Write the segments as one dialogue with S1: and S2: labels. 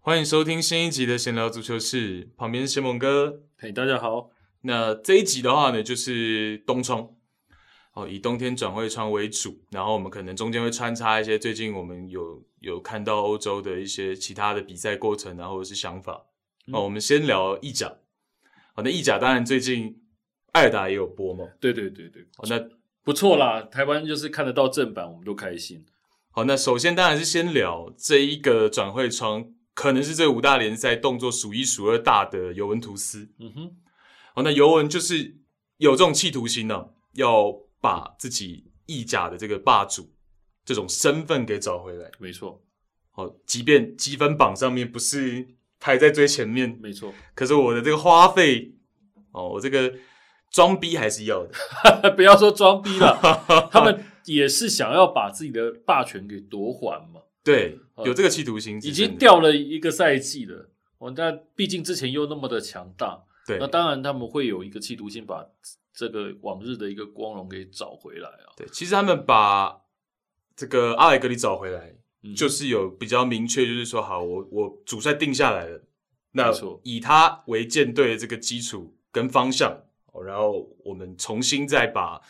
S1: 欢迎收听新一集的闲聊足球室，旁边是仙猛哥。
S2: 嘿大家好，
S1: 那这一集的话呢，就是冬窗哦，以冬天转会窗为主，然后我们可能中间会穿插一些最近我们有有看到欧洲的一些其他的比赛过程啊，或者是想法哦。我们先聊意甲，好、那意甲当然最近艾尔达也有播嘛，
S2: 对对对对，
S1: 哦，那
S2: 不错啦，台湾就是看得到正版，我们都开心。
S1: 好，哦那首先当然是先聊这一个转会窗，可能是这五大联赛动作数一数二大的尤文图斯。
S2: 嗯哼，
S1: 好，那尤文就是有这种企图心呢、要把自己意甲的这个霸主这种身份给找回来。
S2: 没错，
S1: 好，即便积分榜上面不是排在最前面，
S2: 没错，
S1: 可是我的这个花费，哦，我这个装逼还是要的。
S2: 不要说装逼 了，他们也是想要把自己的霸权给夺还 嘛，
S1: 对，
S2: 哦
S1: 有这个企图心是
S2: 已
S1: 真的，
S2: 经掉了一个赛季了。哦，但毕竟之前又那么的强大，
S1: 对
S2: 那当然他们会有一个企图心，把这个往日的一个光荣给找回来啊。
S1: 对，其实他们把这个阿莱格里找回来，
S2: 嗯
S1: 就是有比较明确，就是说，好，我我主帅定下来了，那
S2: 没错
S1: 以他为舰队的这个基础跟方向，哦然后我们重新再把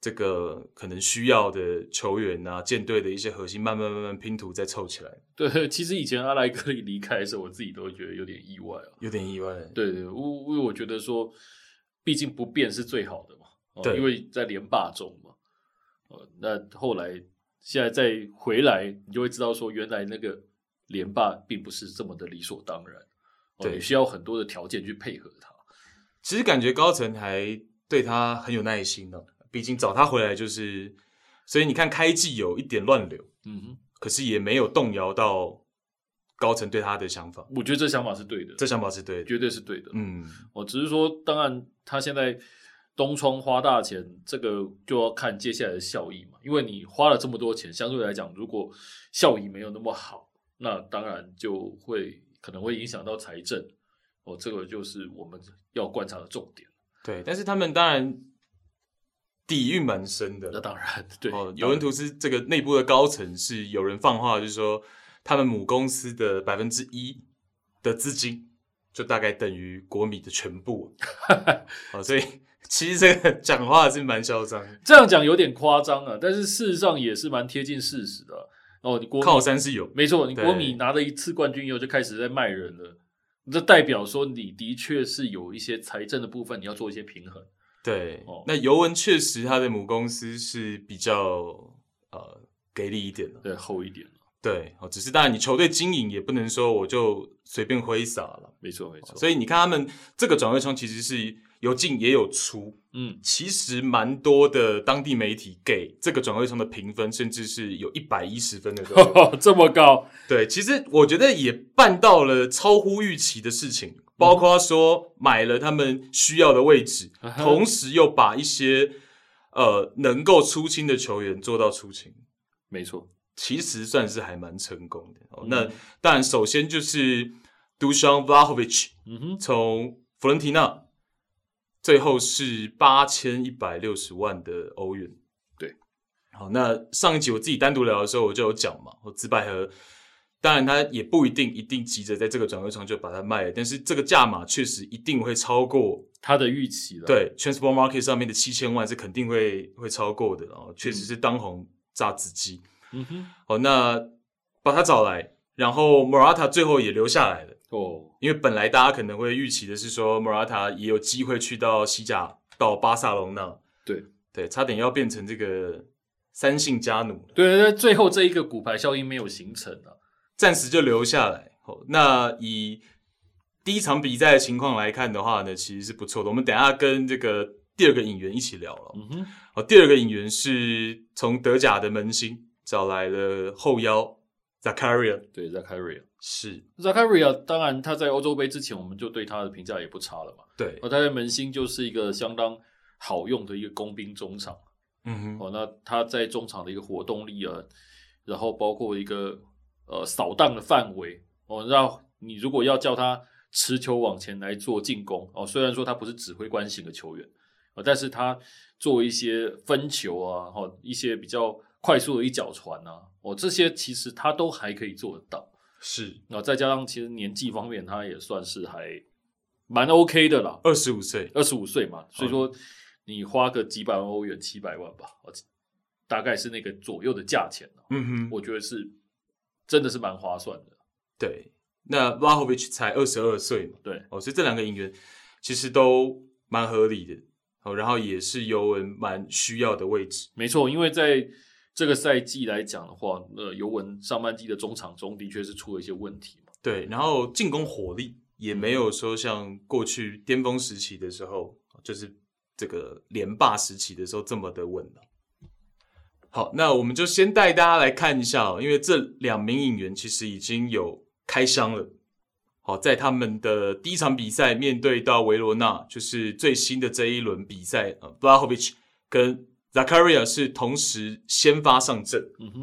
S1: 这个可能需要的球员啊、舰队的一些核心，慢慢慢慢拼图再凑起来，
S2: 对，其实以前阿莱格里离开的时候，我自己都觉得有点意外啊。
S1: 有点意外。
S2: 对对，我因为我觉得说，毕竟不变是最好的嘛。哦、
S1: 对
S2: 因为在连霸中嘛。呃，那后来现在再回来，你就会知道说，原来那个连霸并不是这么的理所当然。哦、
S1: 对
S2: 你需要很多的条件去配合它。
S1: 其实感觉高层还对他很有耐心呢、毕竟找他回来就是，所以你看开季有一点乱流。
S2: 嗯哼，
S1: 可是也没有动摇到高层对他的想法，
S2: 我觉得这想法是对的，
S1: 这想法是对的。
S2: 绝对是对的。
S1: 嗯，
S2: 我哦只是说，当然他现在东窗花大钱，这个就要看接下来的效益嘛。因为你花了这么多钱，相对来讲，如果效益没有那么好，那当然就会可能会影响到财政。哦，这个就是我们要观察的重点。
S1: 对。但是他们当然底蕴蛮深的
S2: 那。当然，对，
S1: 哦，尤文图斯这个内部的高层是有人放话，就是说他们母公司的百分之一的资金，就大概等于国米的全部。 哦，所以其实这个讲话是蛮嚣张的，
S2: 这样讲有点夸张啊，但是事实上也是蛮贴近事实的啊。哦，你国
S1: 靠
S2: 米
S1: 山是有。
S2: 没错，你
S1: 对
S2: 国米拿了一次冠军以后就开始在卖人了，这代表说你的确是有一些财政的部分你要做一些平衡。
S1: 对，
S2: 哦
S1: 那尤文确实他的母公司是比较呃给力一点的。
S2: 对，厚一点了
S1: 对，哦，只是当然你球队经营也不能说我就随便挥洒了，
S2: 没错，没错。
S1: 哦所以你看他们这个转会窗其实是有进也有出，
S2: 嗯，
S1: 其实蛮多的当地媒体给这个转会窗的评分，甚至是有一百一十分的都 有。
S2: 这么高，
S1: 对，其实我觉得也办到了超乎预期的事情，包括说买了他们需要的位置，
S2: 啊哈
S1: 同时又把一些呃能够出清的球员做到出清。
S2: 没错，
S1: 其实算是还蛮成功的。哦
S2: 嗯
S1: 那当然，首先就是 Dusan Vlahovic
S2: 嗯哼，
S1: 从弗伦提纳，最后是八千一百六十万的欧元。
S2: 对，
S1: 好，那上一集我自己单独聊的时候，我就有讲嘛，我紫百合。当然，他也不一定一定急着在这个转会窗就把它卖了，但是这个价码确实一定会超过
S2: 他的预期了。，
S1: 对 Transport Market 上面的七千万是肯定会会超过的，哦，确实是当红炸子鸡。
S2: 嗯哼，
S1: 好，那把他找来，然后 Morata 最后也留下来了，
S2: 哦，
S1: 因为本来大家可能会预期的是说 Morata 也有机会去到西甲，到巴塞隆那，
S2: 对
S1: 对，差点要变成这个三姓家奴了，
S2: 对，那最后这一个骨牌效应没有形成啊。
S1: 暂时就留下来。好，那以第一场比赛的情况来看的话呢，其实是不错的。我们等一下跟这个第二个引援一起聊了。
S2: 嗯哼，
S1: 好，第二个引援是从德甲的门兴找来了后腰 Zakaria，
S2: 对，Zakaria，Zakaria
S1: 是
S2: 当然他在欧洲杯之前，我们就对他的评价也不差了嘛。
S1: 对，
S2: 哦，他在门兴就是一个相当好用的一个工兵中场。
S1: 嗯哼。
S2: 哦，那他在中场的一个活动力啊，然后包括一个呃扫荡的范围哦，让你如果要叫他持球往前来做进攻哦，虽然说他不是指挥官型的球员哦，但是他做一些分球啊，哦，一些比较快速的一脚传啊，哦，这些其实他都还可以做得到。
S1: 是
S2: 那再加上其实年纪方面，他也算是还蛮 OK 的啦，
S1: 二十五岁，
S2: 二十五岁嘛，所以说你花个几百万欧元，七百万吧，哦大概是那个左右的价钱、啊、
S1: 嗯哼，
S2: 我觉得是真的是蛮划算的。
S1: 对。那 Vlahovic 才二十二岁嘛，
S2: 对，
S1: 哦，所以这两个引援其实都蛮合理的，哦，然后也是尤文蛮需要的位置，
S2: 没错，因为在这个赛季来讲的话，呃，尤文上半季的中场中的确是出了一些问题嘛，
S1: 对，然后进攻火力也没有说像过去巅峰时期的时候，就是这个连霸时期的时候这么的稳了。好，那我们就先带大家来看一下、哦，因为这两名引援其实已经有开箱了。好，在他们的第一场比赛面对到维罗纳，就是最新的这一轮比赛，呃，Blahovic 跟 Zakaria 是同时先发上阵。
S2: 嗯哼，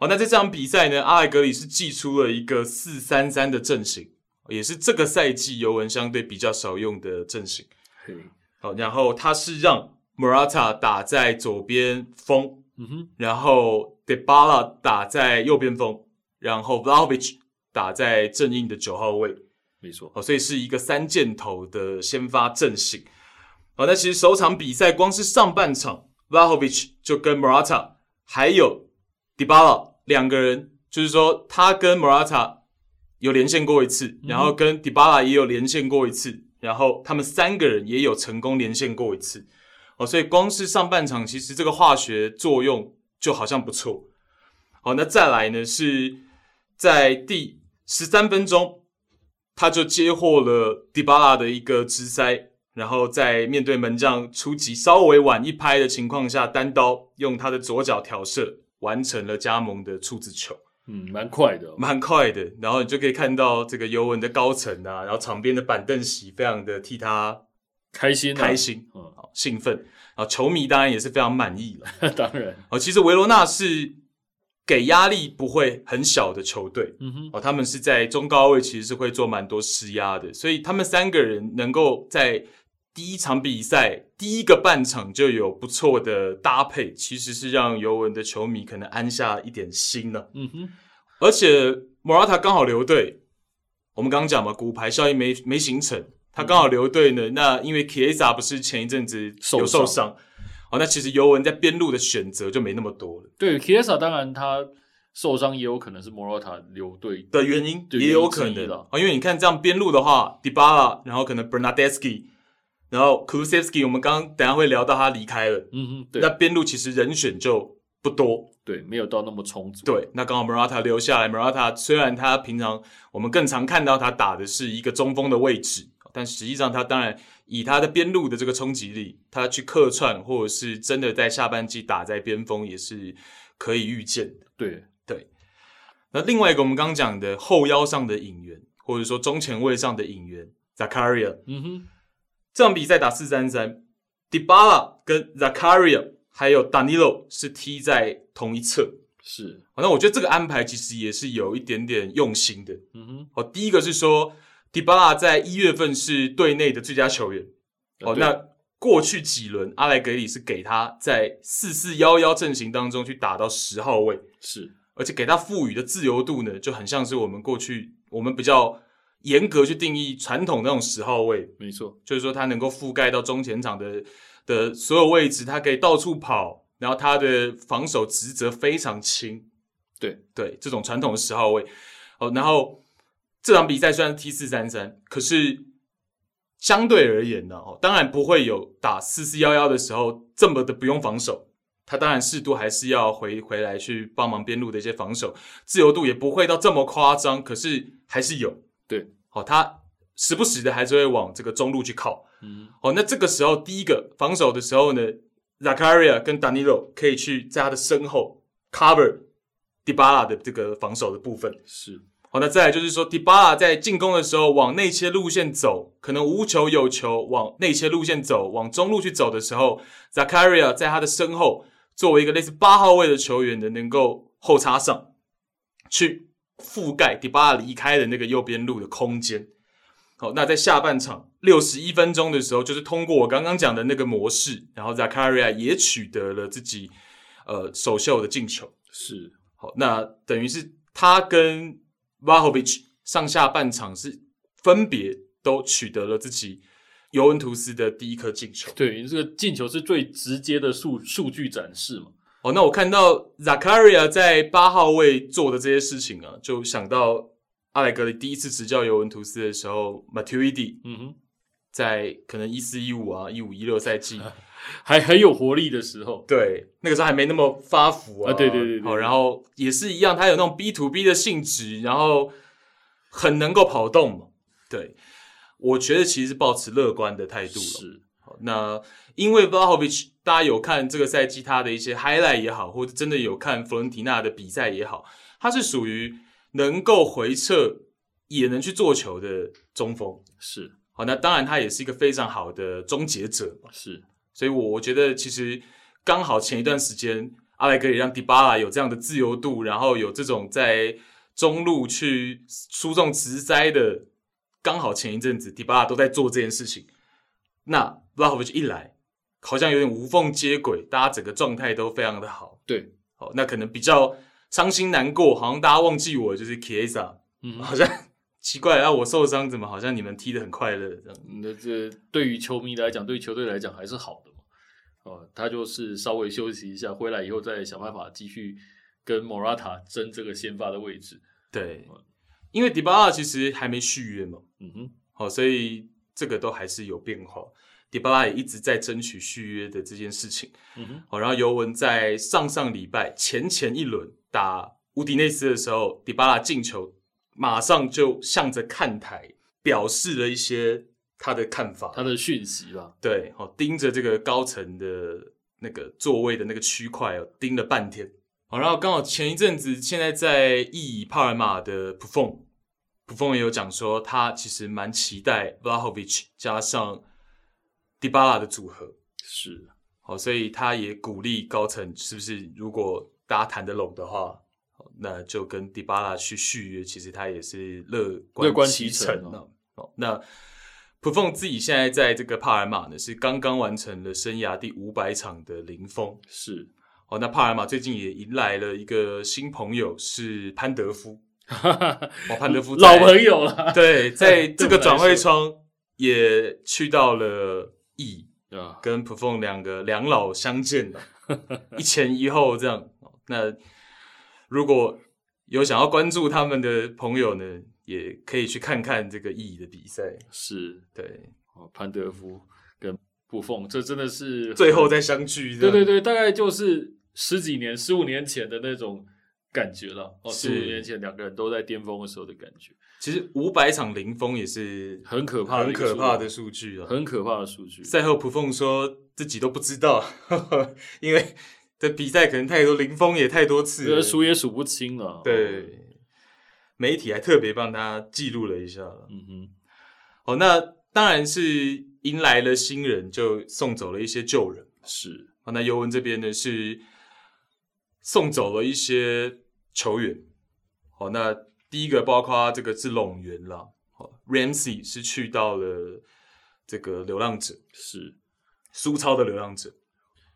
S1: 好，哦那在这场比赛呢，阿莱格里是祭出了一个四三三的阵型，也是这个赛季尤文相对比较少用的阵型。
S2: 嘿，
S1: 好，然后他是让 Morata 打在左边锋，
S2: 嗯哼，
S1: 然后 Debala 打在右边锋，然后 Vlahovic 打在正印的九号位，
S2: 没错，
S1: 哦，所以是一个三箭头的先发阵型。好，那其实首场比赛光是上半场，Vlahovic 就跟 Morata 还有 Dybala 两个人，就是说他跟 Morata 有连线过一次，然后跟 Dybala 也有连线过一次，然后他们三个人也有成功连线过一次。哦，所以光是上半场，其实这个化学作用就好像不错。好，那再来呢是在第十三分钟，他就接获了迪巴拉的一个直塞，然后在面对门将出击稍微晚一拍的情况下，单刀用他的左脚挑射完成了加盟的处子球，
S2: 嗯，蛮快的哦、
S1: 蛮快的。然后你就可以看到这个尤文的高层啊，然后场边的板凳席非常的替他
S2: 开心、啊，
S1: 开，心、
S2: 嗯，
S1: 好兴奋，啊，球迷当然也是非常满意了。
S2: 当然，
S1: 哦，其实维罗纳是给压力不会很小的球队，
S2: 嗯哼，
S1: 哦，他们是在中高位，其实是会做蛮多施压的，所以他们三个人能够在第一场比赛第一个半场就有不错的搭配，其实是让尤文的球迷可能安下一点心了。
S2: 嗯哼，
S1: 而且莫拉塔刚好留队，我们刚刚讲嘛，骨牌效应没没形成，他刚好留队呢。那因为 k i e s a 不是前一阵子有
S2: 受
S1: 受
S2: 伤
S1: 伤，哦，那其实尤文在边路的选择就没那么多了。
S2: 对 k i e s a 当然他受伤也有可能是莫 o 塔留队
S1: 的原因
S2: 对
S1: 也有可
S2: 原因之一
S1: 能
S2: 啦
S1: 啊、哦，因为你看这样边路的话，Dybala，然后可能 Bernadeschi，然后 Kulusevski，我们刚刚等一下会聊到他离开了，
S2: 嗯哼，
S1: 那
S2: 对
S1: 边路其实人选就不多。
S2: 对，没有到那么充足，
S1: 对，那刚好 Morata 留下来，Morata 虽然他平常我们更常看到他打的是一个中锋的位置，但实际上他当然以他的边路的这个冲击力，他去客串或者是真的在下半季打在边锋也是可以预见的。
S2: 对，
S1: 那另外一个我们刚刚讲的后腰上的引援，或者说中前卫上的引援，Zakaria
S2: 嗯哼，
S1: 这场比赛打四三三，Dybala 跟 Zakaria 还有 Danilo 是踢在同一侧。
S2: 是，
S1: 好那我觉得这个安排其实也是有一点点用心的。
S2: 嗯哼，
S1: 哦，第一个是说，Dybala 在一月份是队内的最佳球员。
S2: 啊
S1: 哦，
S2: 对
S1: 那过去几轮阿莱格里是给他在四四幺幺阵型当中去打到十号位，
S2: 是，
S1: 而且给他赋予的自由度呢，就很像是我们过去我们比较严格去定义传统那种十号位，
S2: 没错，
S1: 就是说他能够覆盖到中前场的的所有位置，他可以到处跑，然后他的防守职责非常轻。
S2: 对
S1: 对，这种传统的十号位，哦，然后这场比赛虽然踢四三三，可是相对而言呢，哦，当然不会有打四四幺幺的时候这么的不用防守。他当然适度还是要回回来去帮忙边路的一些防守，自由度也不会到这么夸张，可是还是有。
S2: 对，
S1: 哦，他时不时的还是会往这个中路去靠。
S2: 嗯哼，
S1: 哦，那这个时候第一个防守的时候呢，Zakaria 跟 Danilo 可以去在他的身后 cover Dybala 的这个防守的部分。
S2: 是，
S1: 好，那再来就是说，Dybala 在进攻的时候往内切路线走，可能无球有球往内切路线走，往中路去走的时候，Zakaria 在他的身后作为一个类似八号位的球员的，能够后插上去覆盖 Dybala 离开的那个右边路的空间。好，那在下半场六十一分钟的时候，就是通过我刚刚讲的那个模式，然后 Zakaria 也取得了自己呃首秀的进球。
S2: 是，
S1: 好，那等于是他跟 v a h o v i c 上下半场是分别都取得了自己尤文图斯的第一颗进球。
S2: 对，因为这个进球是最直接的数数据展示嘛。
S1: 哦，那我看到 Zakaria 在八号位做的这些事情啊，就想到阿莱格里第一次执教尤文图斯的时候，Matuidi
S2: 嗯哼，
S1: 在可能一四一五啊、一五一六赛季，
S2: 还很有活力的时候，
S1: 对，那个时候还没那么发福啊。
S2: 啊对对对对对
S1: 好，然后也是一样，他有那种 B to B 的性质，然后很能够跑动嘛。对，我觉得其实是保持乐观的态度了。
S2: 是
S1: 好那因为 Vlahovic，大家有看这个赛季他的一些 highlight 也好，或者真的有看弗伦提纳的比赛也好，他是属于能够回撤也能去做球的中锋。
S2: 是
S1: 好，那当然他也是一个非常好的终结者嘛。
S2: 是，
S1: 所以我我觉得其实刚好前一段时间，阿莱格里让迪巴拉有这样的自由度，然后有这种在中路去输送直塞的，刚好前一阵子迪巴拉都在做这件事情。那 v l a h o v i c 一来，好像有点无缝接轨，大家整个状态都非常的好。
S2: 对，
S1: 好，那可能比较伤心难过，好像大家忘记我就是 Kiesa，
S2: 嗯哼，
S1: 好像 奇怪啊，我受伤怎么好像你们踢得很快乐这样？
S2: 那这对于球迷来讲，对于球队来讲还是好的嘛。哦，他就是稍微休息一下，回来以后再想办法继续跟莫拉塔争这个先发的位置。
S1: 对，因为迪巴拉其实还没续约嘛。
S2: 嗯哼，
S1: 好、所以这个都还是有变化。迪巴拉也一直在争取续约的这件事情。
S2: 嗯哼，
S1: 好、然后尤文在上上礼拜前前一轮打乌迪内斯的时候，迪巴拉进球，马上就向着看台表示了一些他的看法。
S2: 他的讯息啦，
S1: 对，好、盯着这个高层的那个座位的那个区块哦，盯了半天。好、然后刚好前一阵子，现在在意帕尔马的普凤，普凤也有讲说，他其实蛮期待 Vlahovic 加上迪巴拉的组合。
S2: 是
S1: 好、所以他也鼓励高层，是不是如果大家谈得拢的话，好那就跟迪巴拉去续约，其实他也是乐观
S2: 乐观
S1: 其
S2: 其
S1: 成
S2: 成
S1: 呢、
S2: 哦
S1: 哦，那普凤自己现在在这个帕尔马呢，是刚刚完成了生涯第五百场的零封。
S2: 是，
S1: 哦，那帕尔马最近也迎来了一个新朋友，是潘德夫。哦，潘德夫在
S2: 老朋 友啦，
S1: 对，在这个
S2: 对我
S1: 转
S2: 来说
S1: 会窗也去到了 E。
S2: 对啊，
S1: 跟 p e r f o m 两个两老相见 了，一前一后这样。那如果有想要关注他们的朋友呢，也可以去看看这个意义的比赛。
S2: 是
S1: 对，
S2: 哦，潘德夫跟布凤，这真的是
S1: 最后再相聚。
S2: 对对
S1: 对，
S2: 对，大概就是十几年、十五年前的那种感觉了。哦，
S1: 是
S2: 十五年前两个人都在巅峰的时候的感觉，
S1: 其实五百场零封也是
S2: 很可怕的
S1: 很
S2: 一个
S1: 可
S2: 数
S1: 怕
S2: 字
S1: 的数据啊。
S2: 很可怕的数据。
S1: 赛后 p e r f o m 说自己都不知道， 因为这比赛可能太多零封也太多次
S2: 呃，
S1: 了。
S2: 数也数不清了。哦
S1: 对，媒体还特别帮他记录了一下了。
S2: 嗯哼，
S1: 哦，那当然是迎来了新人，就送走了一些旧人。
S2: 是
S1: 哦，那尤文这边呢是送走了一些球员。好、那第一个包括这个是拢员啦，好、r a m s e y 是去到了这个流浪者，
S2: 是，
S1: 苏超的流浪者，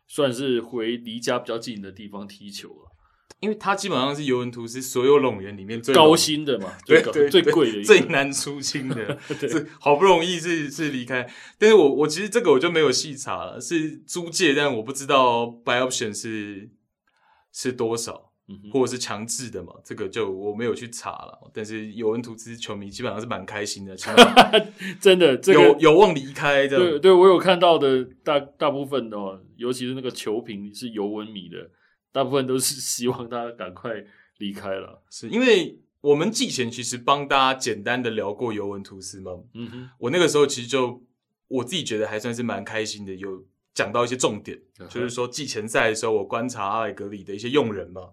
S2: 算是回离家比较近的地方踢球了，
S1: 因为他基本上是尤文图斯所有拢员里面最
S2: 高
S1: 拢
S2: 薪的嘛，最
S1: 对
S2: 高
S1: 对
S2: 最
S1: 对
S2: 贵的一
S1: 最
S2: 个。
S1: 难出清的， 是好不容易是是离开，但是我我其实这个我就没有细查了，是租借，但我不知道 buy option 是是多少，
S2: 嗯哼
S1: 或者是强制的嘛，这个就我没有去查了。但是尤文图斯球迷基本上是蛮开心的，起码
S2: 真的， 这个
S1: 有有望离开这
S2: 对
S1: 样，
S2: 对，我有看到的大大部分的哦，尤其是那个球评是尤文米的，大部分都是 希望他赶快离开了。
S1: 是因为我们季前其实帮大家简单的聊过尤文图斯嘛，
S2: 嗯哼，
S1: 我那个时候其实就我自己觉得还算是蛮开心的，有讲到一些重点
S2: 嗯，哼
S1: 就是说季前赛的时候，我观察阿莱格里的一些用人嘛。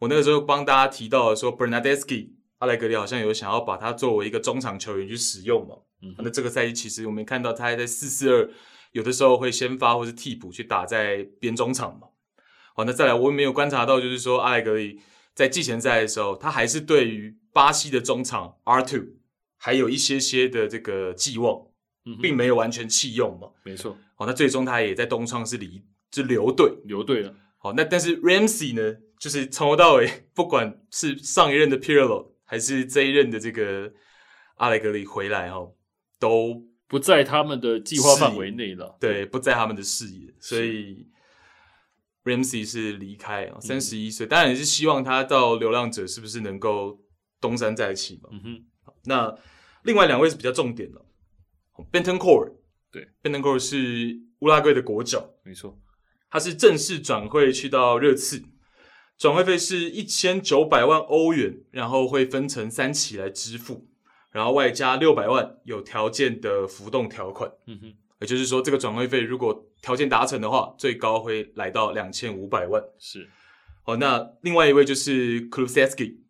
S1: 我那个时候帮大家提到了说 Bernadeschi，阿莱格里好像有想要把他作为一个中场球员去使用嘛。
S2: 嗯
S1: 那
S2: 哼，
S1: 这个赛季其实我们看到他还在四四二，有的时候会先发或是替补去打在边中场嘛。好，那再来我也没有观察到，就是说阿莱格里在季前赛的时候，他还是对于巴西的中场 R two 还有一些些的这个寄望，
S2: 嗯哼
S1: 并没有完全弃用嘛。
S2: 没错，
S1: 好，那最终他也在东窗是离是留队。
S2: 留队了，
S1: 好，那但是 Ramsey 呢，就是从头到尾，不管是上一任的 Pirlo 还是这一任的这个阿莱格里回来哈、哦，都
S2: 不在他们的计划范围内了。
S1: 对不在他们的视野，所以 Ramsey 是离开啊，三
S2: 嗯
S1: 十一岁，当然也是希望他到流浪者是不是能够东山再起嘛。
S2: 嗯哼，
S1: 那另外两位是比较重点的、哦、，Bentoncourt，
S2: 对
S1: ，Bentoncourt 是乌拉圭的国脚，
S2: 没错，
S1: 他是正式转会去到热刺，转会费是一千九百万欧元，然后会分成三期来支付，然后外加六百万有条件的浮动条款，
S2: 嗯哼，
S1: 也就是说，这个转会费如果条件达成的话，最高会来到两千五百万。
S2: 是
S1: 好，那另外一位就是 Kulusevski，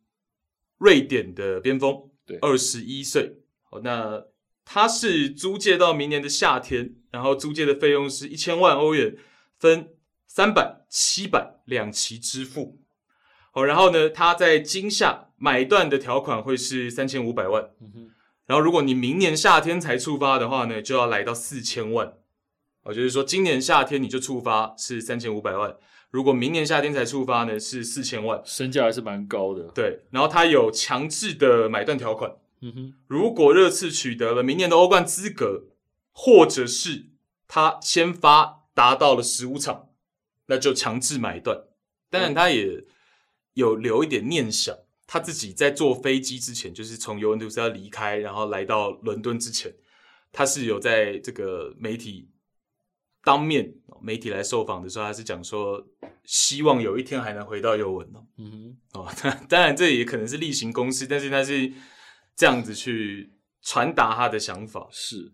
S1: 瑞典的边锋，
S2: 对
S1: 二十一岁。好，那他是租借到明年的夏天，然后租借的费用是一千万欧元，分三百、七百两期支付。好，然后呢，他在今夏买断的条款会是三千五百万，
S2: 嗯哼，
S1: 然后如果你明年夏天才触发的话呢，就要来到四千万。哦，就是说今年夏天你就触发是三千五百万，如果明年夏天才触发呢是四千万。
S2: 身价还是蛮高的。
S1: 对，然后它有强制的买断条款，
S2: 嗯哼，
S1: 如果热刺取得了明年的欧冠资格，或者是他先发达到了十五场，那就强制买断。当然，他也有留一点念想，他自己在坐飞机之前，就是从尤文图斯要离开，然后来到伦敦之前，他是有在这个媒体当面媒体来受访的时候，他是讲说，希望有一天还能回到尤文哦。
S2: 嗯哼，
S1: 哦， 当当然这也可能是例行公事，但是他是这样子去传达他的想法。
S2: 是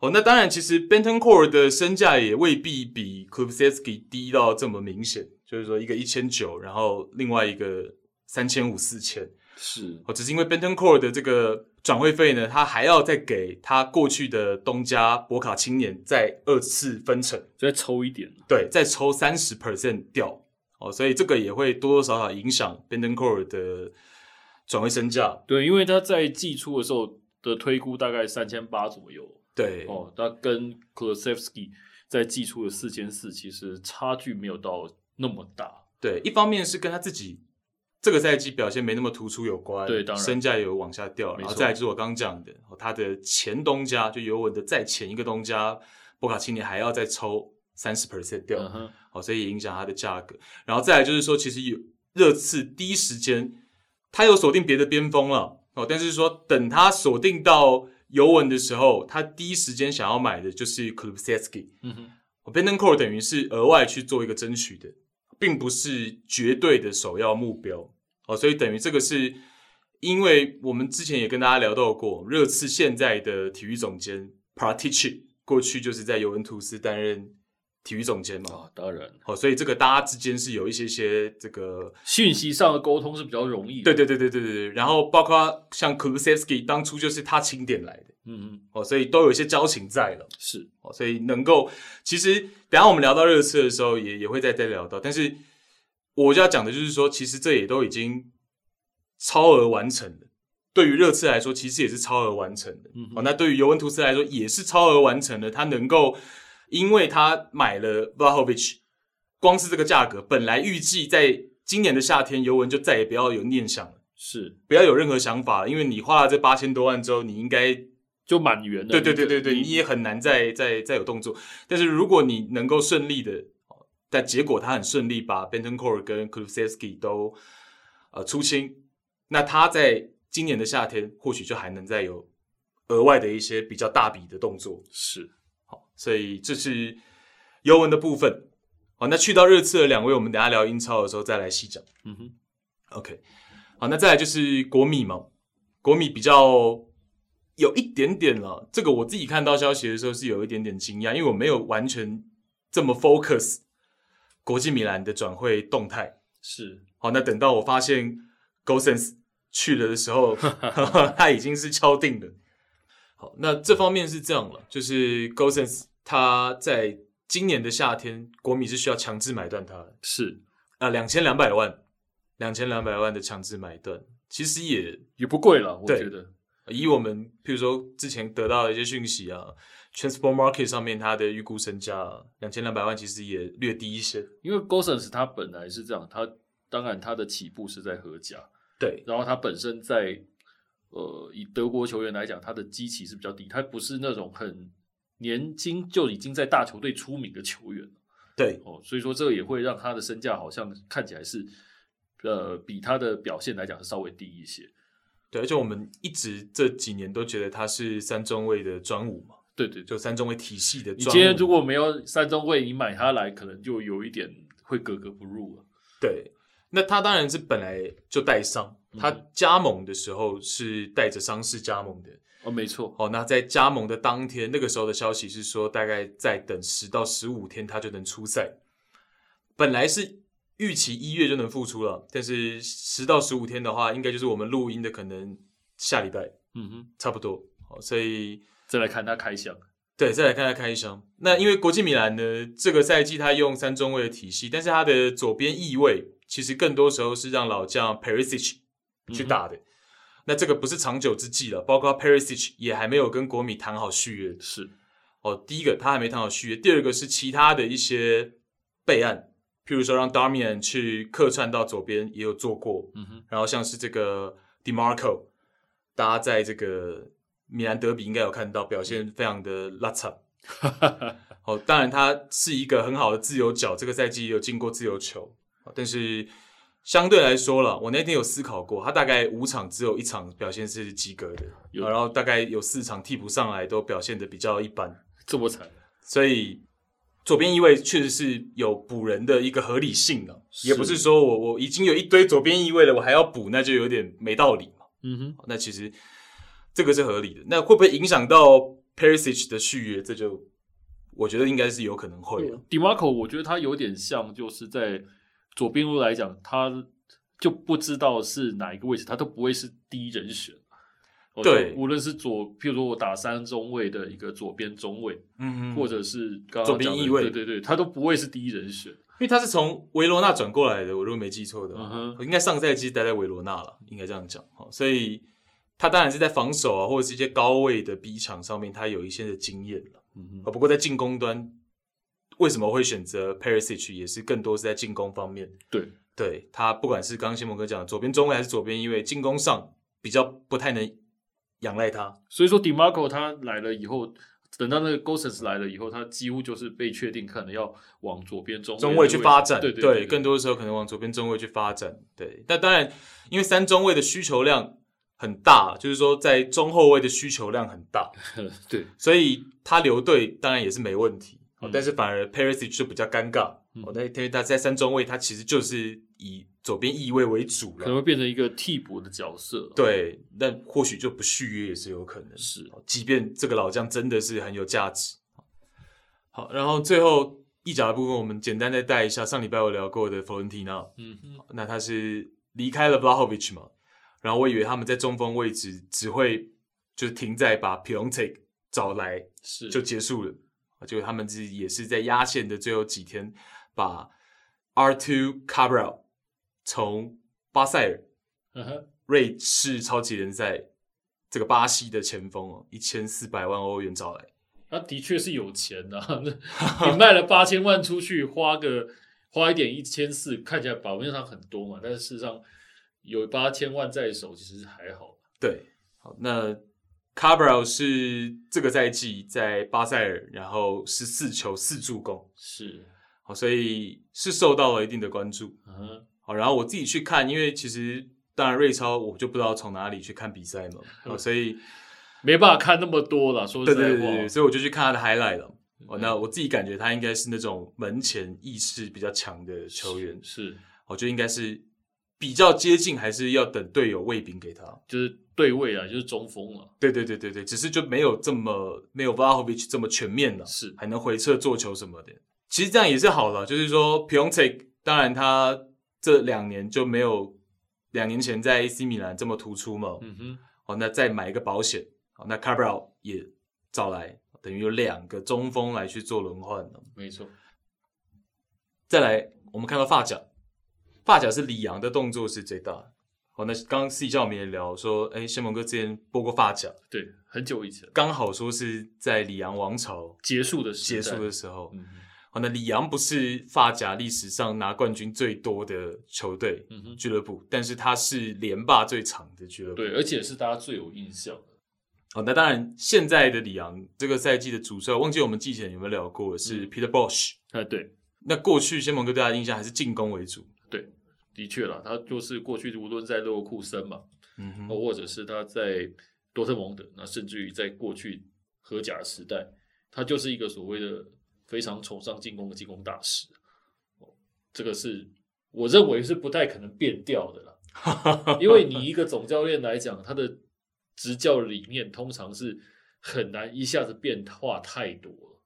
S1: 哦，那当然，其实 Bentoncourt 的身价也未必比 Kulusevski 低到这么明显，就是说一个一千九，然后另外一个三千五、四千。
S2: 是，
S1: 哦，只是因为 Bentoncourt 的这个转会费呢，他还要再给他过去的东家博卡青年再二次分成。
S2: 再抽一点。
S1: 对，再抽三十 percent 掉哦，所以这个也会多多少少影响 Bendencore 的转会身价。
S2: 对，因为他在季初的时候的推估大概三千八左右。
S1: 对，
S2: 哦，那跟 Kulusevski 在季初的四千四其实差距没有到那么大。
S1: 对，一方面是跟他自己这个赛季表现没那么突出有关，
S2: 对当然
S1: 身价也有往下掉，然后
S2: 错
S1: 再来就是我刚刚讲的，哦他的前东家就尤文的再前一个东家博卡青年还要再抽三十 percent 掉，
S2: 嗯哼，
S1: 哦，所以也影响它的价格。然后再来就是说，其实有热刺第一时间他有锁定别的边锋了哦，但是说等他锁定到尤文的时候，他第一时间想要买的就是 Kulusevski。
S2: 嗯哼，
S1: b e n d e n c o r 等于是额外去做一个争取的，并不是绝对的首要目标哦，所以等于这个是。因为我们之前也跟大家聊到过，热刺现在的体育总监 Pratici 过去就是在尤文图斯担任体育总监嘛，
S2: 啊，当然，
S1: 好，哦所以这个大家之间是有一些些这个，
S2: 讯息上的沟通是比较容易的。
S1: 对，对对对对对对。然后包括像 Kulusevski 当初就是他钦点来的
S2: 嗯哼，
S1: 哦，所以都有一些交情在了
S2: 是
S1: 哦，所以能够其实等一下我们聊到热刺的时候也也会再再聊到，但是我就要讲的就是说，其实这也都已经超额完成了。对于热刺来说，其实也是超额完成的。
S2: 嗯哼
S1: 哦，那对于尤文图斯来说也是超额完成的。他能够，因为他买了 Vlahovic，光是这个价格，本来预计在今年的夏天，尤文就再也不要有念想了，
S2: 是，
S1: 不要有任何想法了，因为你花了这八千多万之后，你应该
S2: 就满员的。
S1: 对对对对对，
S2: 你
S1: 你也很难再再再有动作。但是如果你能够顺利的，哦但结果他很顺利把 Bentoncourt 跟 Kulusevski 都呃出清，那他在今年的夏天或许就还能再有额外的一些比较大笔的动作。
S2: 是
S1: 所以这是尤文的部分。好，那去到热刺的两位，我们等一下聊英超的时候再来细讲。
S2: 嗯哼，
S1: OK，好，那再来就是国米嘛，国米比较有一点点了。这个我自己看到消息的时候是有一点点惊讶，因为我没有完全这么 focus 国际米兰的转会动态。
S2: 是
S1: 好，那等到我发现 Gosens 去了的时候，他已经是敲定的。好，那这方面是这样了，就是 Gosens 他在今年的夏天，国米是需要强制买断他的。
S2: 是，
S1: 啊，两千两百万，两千两百万的强制买断，其实也
S2: 也不贵了，我
S1: 对
S2: 觉得。
S1: 以我们譬如说之前得到的一些讯息啊，Transport Market 上面它的预估身价两千两百万，其实也略低一些。
S2: 因为 Gosens 他本来是这样，他当然他的起步是在荷甲，
S1: 对，
S2: 然后他本身在呃以德国球员来讲，他的基期是比较低，他不是那种很年轻就已经在大球队出名的球员
S1: 对，
S2: 哦，所以说这个也会让他的身价好像看起来是呃比他的表现来讲是稍微低一些。
S1: 对，而且我们一直这几年都觉得他是三中卫的专武嘛，
S2: 对对对，
S1: 就三中卫体系的
S2: 你
S1: 专武。
S2: 今天如果没有三中卫，你买他来可能就有一点会格格不入了。
S1: 对，那他当然是本来就带伤，他
S2: 嗯
S1: 加盟的时候是带着伤势加盟的。
S2: 哦，没错，
S1: 哦，那在加盟的当天，那个时候的消息是说，大概再等十到十五天，他就能出赛。本来是预期一月就能复出了，但是十到十五天的话，应该就是我们录音的可能下礼拜
S2: 嗯哼，
S1: 差不多。哦，所以
S2: 再来看他开箱，
S1: 对，再来看看看医生。那因为国际米兰呢，这个赛季他用三中卫的体系，但是他的左边翼位其实更多时候是让老将 Perisic 去打的。那这个不是长久之计了，包括 Perisic 也还没有跟国米谈好续约。
S2: 是
S1: 哦，第一个他还没谈好续约，第二个是其他的一些备案，譬如说让 Damian 去客串到左边也有做过，
S2: 嗯哼，
S1: 然后像是这个 Demarco，大家在这个米兰德比应该有看到表现非常的拉扯。哦，当然他是一个很好的自由脚，这个赛季也有进过自由球，哦但是相对来说了，我那天有思考过，他大概五场只有一场表现是及格的，
S2: 有
S1: 哦然后大概有四场替补上来都表现的比较一般，
S2: 这么惨，
S1: 所以。左边翼位确实是有补人的一个合理性啊，
S2: 是
S1: 也不是说我我已经有一堆左边翼位了，我还要补，那就有点没道理。
S2: 嗯哼，
S1: 那其实这个是合理的。那会不会影响到 Perisic 的续约？这就我觉得应该是有可能会啊的。
S2: DiMarco，我觉得他有点像，就是在左边路来讲，他就不知道是哪一个位置，他都不会是第一人选。哦
S1: 对
S2: 就无论是左，譬如说我打三中卫的一个左边中卫，
S1: 嗯
S2: 或者是刚刚
S1: 左边
S2: 讲的
S1: 翼卫
S2: 对对对，他都不会是第一人选。
S1: 因为他是从维罗纳转过来的，我如果没记错的话，
S2: 嗯哼
S1: 应该上赛季待在维罗纳了，应该这样讲。好，所以他当然是在防守啊，或者是一些高位的逼抢上面，他有一些的经验了。
S2: 嗯
S1: 啊，，不过在进攻端，为什么会选择 Perisic，也是更多是在进攻方面。
S2: 对，
S1: 对他，不管是刚刚新蒙哥讲的左边中卫还是左边翼位，进攻上比较不太能仰赖他。
S2: 所以说 DiMarco 他来了以后，等到那个 Gosens 来了以后，他几乎就是被确定可能要往左边中
S1: 中
S2: 卫
S1: 卫
S2: 的
S1: 去
S2: 位
S1: 发
S2: 置
S1: 展，
S2: 对对，
S1: 更多的时候可能往左边中卫去发展，对。但当然，因为三中卫的需求量很大，就是说在中后卫的需求量很大，
S2: 对，
S1: 所以他留队当然也是没问题。哦
S2: 嗯
S1: 但是反而 Perisic 就比较尴尬，
S2: 嗯
S1: 哦，那因为他在三中卫，他其实就是以左边翼位为主
S2: 可能
S1: 了，
S2: 会变成一个替补的角色。啊
S1: 对，那或许就不续约也是有可能。
S2: 是
S1: 哦即便这个老将真的是很有价值。好，然后最后意甲的部分，我们简单再带一下上礼拜我聊过的佛伦蒂娜，
S2: 嗯哼。
S1: 那他是离开了 Vlahovic 嘛，然后我以为他们在中锋位置只会就是停在把 p i o n t e 找来
S2: 是
S1: 就结束了，结果他们是也是在压线的最后几天把 R two Cabral 从巴塞尔
S2: 嗯哼，
S1: 瑞士超级联赛这个巴西的前锋哦，一千四百万欧元找来，
S2: 他的确是有钱呐、那 你卖了八千万出去，花个花一点一千四，看起来表面上很多嘛，但是事实上有八千万在手，其实还好。
S1: 对，好，那 Cabral 是这个赛季在巴塞尔，然后十四球四助攻。
S2: 是，
S1: 好，所以是受到了一定的关注。
S2: 嗯哼，
S1: 好，然后我自己去看，因为其实当然瑞超我就不知道从哪里去看比赛嘛，好，所以
S2: 没办法看那么多了，说
S1: 对
S2: 实
S1: 对
S2: 在嗯
S1: 对
S2: 话，哎
S1: 对，所以我就去看他的 highlight 了。哦，那我自己感觉他应该是那种门前意识比较强的球员，
S2: 是
S1: 我觉得应该是比较接近，还是要等队友喂饼给他。
S2: 就是对位啊，就是中锋了、
S1: 对对对对对，只是就没有这么没有 Vlahovic 这么全面了，
S2: 是
S1: 还能回撤做球什么的。其实这样也是好了，就是说 p i o n t e k 当然他这两年就没有两年前在 AC 米兰这么突出嘛。
S2: 嗯哼，
S1: 哦，那再买一个保险，哦，那 Cabral 也找来，等于有两个中锋来去做轮换了。
S2: 没错，
S1: 再来，我们看到发甲，发甲是里昂的动作是最大的。好，那刚刚私底下我们也聊说，哎，仙蒙哥之前播过发甲，
S2: 对，很久以前
S1: 刚好说是在里昂王朝
S2: 结束的时
S1: 结
S2: 代
S1: 束的时候，
S2: 嗯哼，
S1: 好，那里昂不是发甲历史上拿冠军最多的球队、
S2: 嗯哼，
S1: 俱乐部，但是它是连霸最长的俱乐部。
S2: 对，而且是大家最有印象的，
S1: 好，哦那当然，现在的里昂这个赛季的主帅，忘记我们季前有没有聊过，是
S2: 嗯
S1: Peter Bosch。
S2: 哎，对，
S1: 那过去先盟哥对他的印象还是进攻为主，
S2: 的确啦，他就是过去无论在勒沃库森嘛，
S1: 嗯哼，
S2: 或者是他在多特蒙德，那甚至于在过去荷甲时代，他就是一个所谓的非常崇尚进攻的进攻大师。哦这个是我认为是不太可能变掉的啦， 因为你一个总教练来讲，他的执教理念通常是很难一下子变化太多了。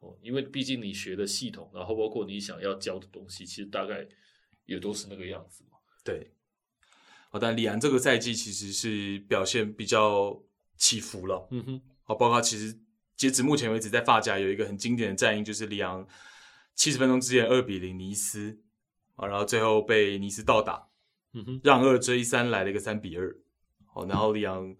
S2: 哦，因为毕竟你学的系统，然后包括你想要教的东西，其实大概也都是那个样子嘛。
S1: 对。好，但里昂这个赛季其实是表现比较起伏了。
S2: 嗯哼，
S1: 好，包括其实截止目前为止，在发甲有一个很经典的战役，就是里昂七十分钟之前二比零尼斯，啊，然后最后被尼斯倒打，
S2: 嗯哼，
S1: 让二追三来了一个三比二。好，然后里昂，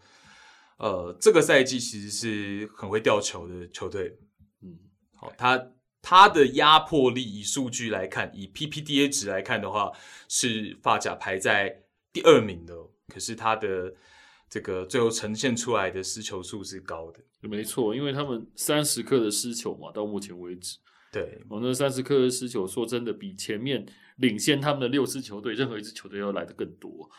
S1: 呃，这个赛季其实是很会吊球的球队。
S2: 嗯。
S1: 好，他他的压迫力以数据来看，以 PPDA 值来看的话，是发甲排在第二名的哦、可是他的这个最后呈现出来的失球数是高的。
S2: 没错，因为他们三十克的失球嘛，到目前为止，
S1: 对，
S2: 我那三十克的失球，说真的，比前面领先他们的六支球队任何一支球队要来的更多。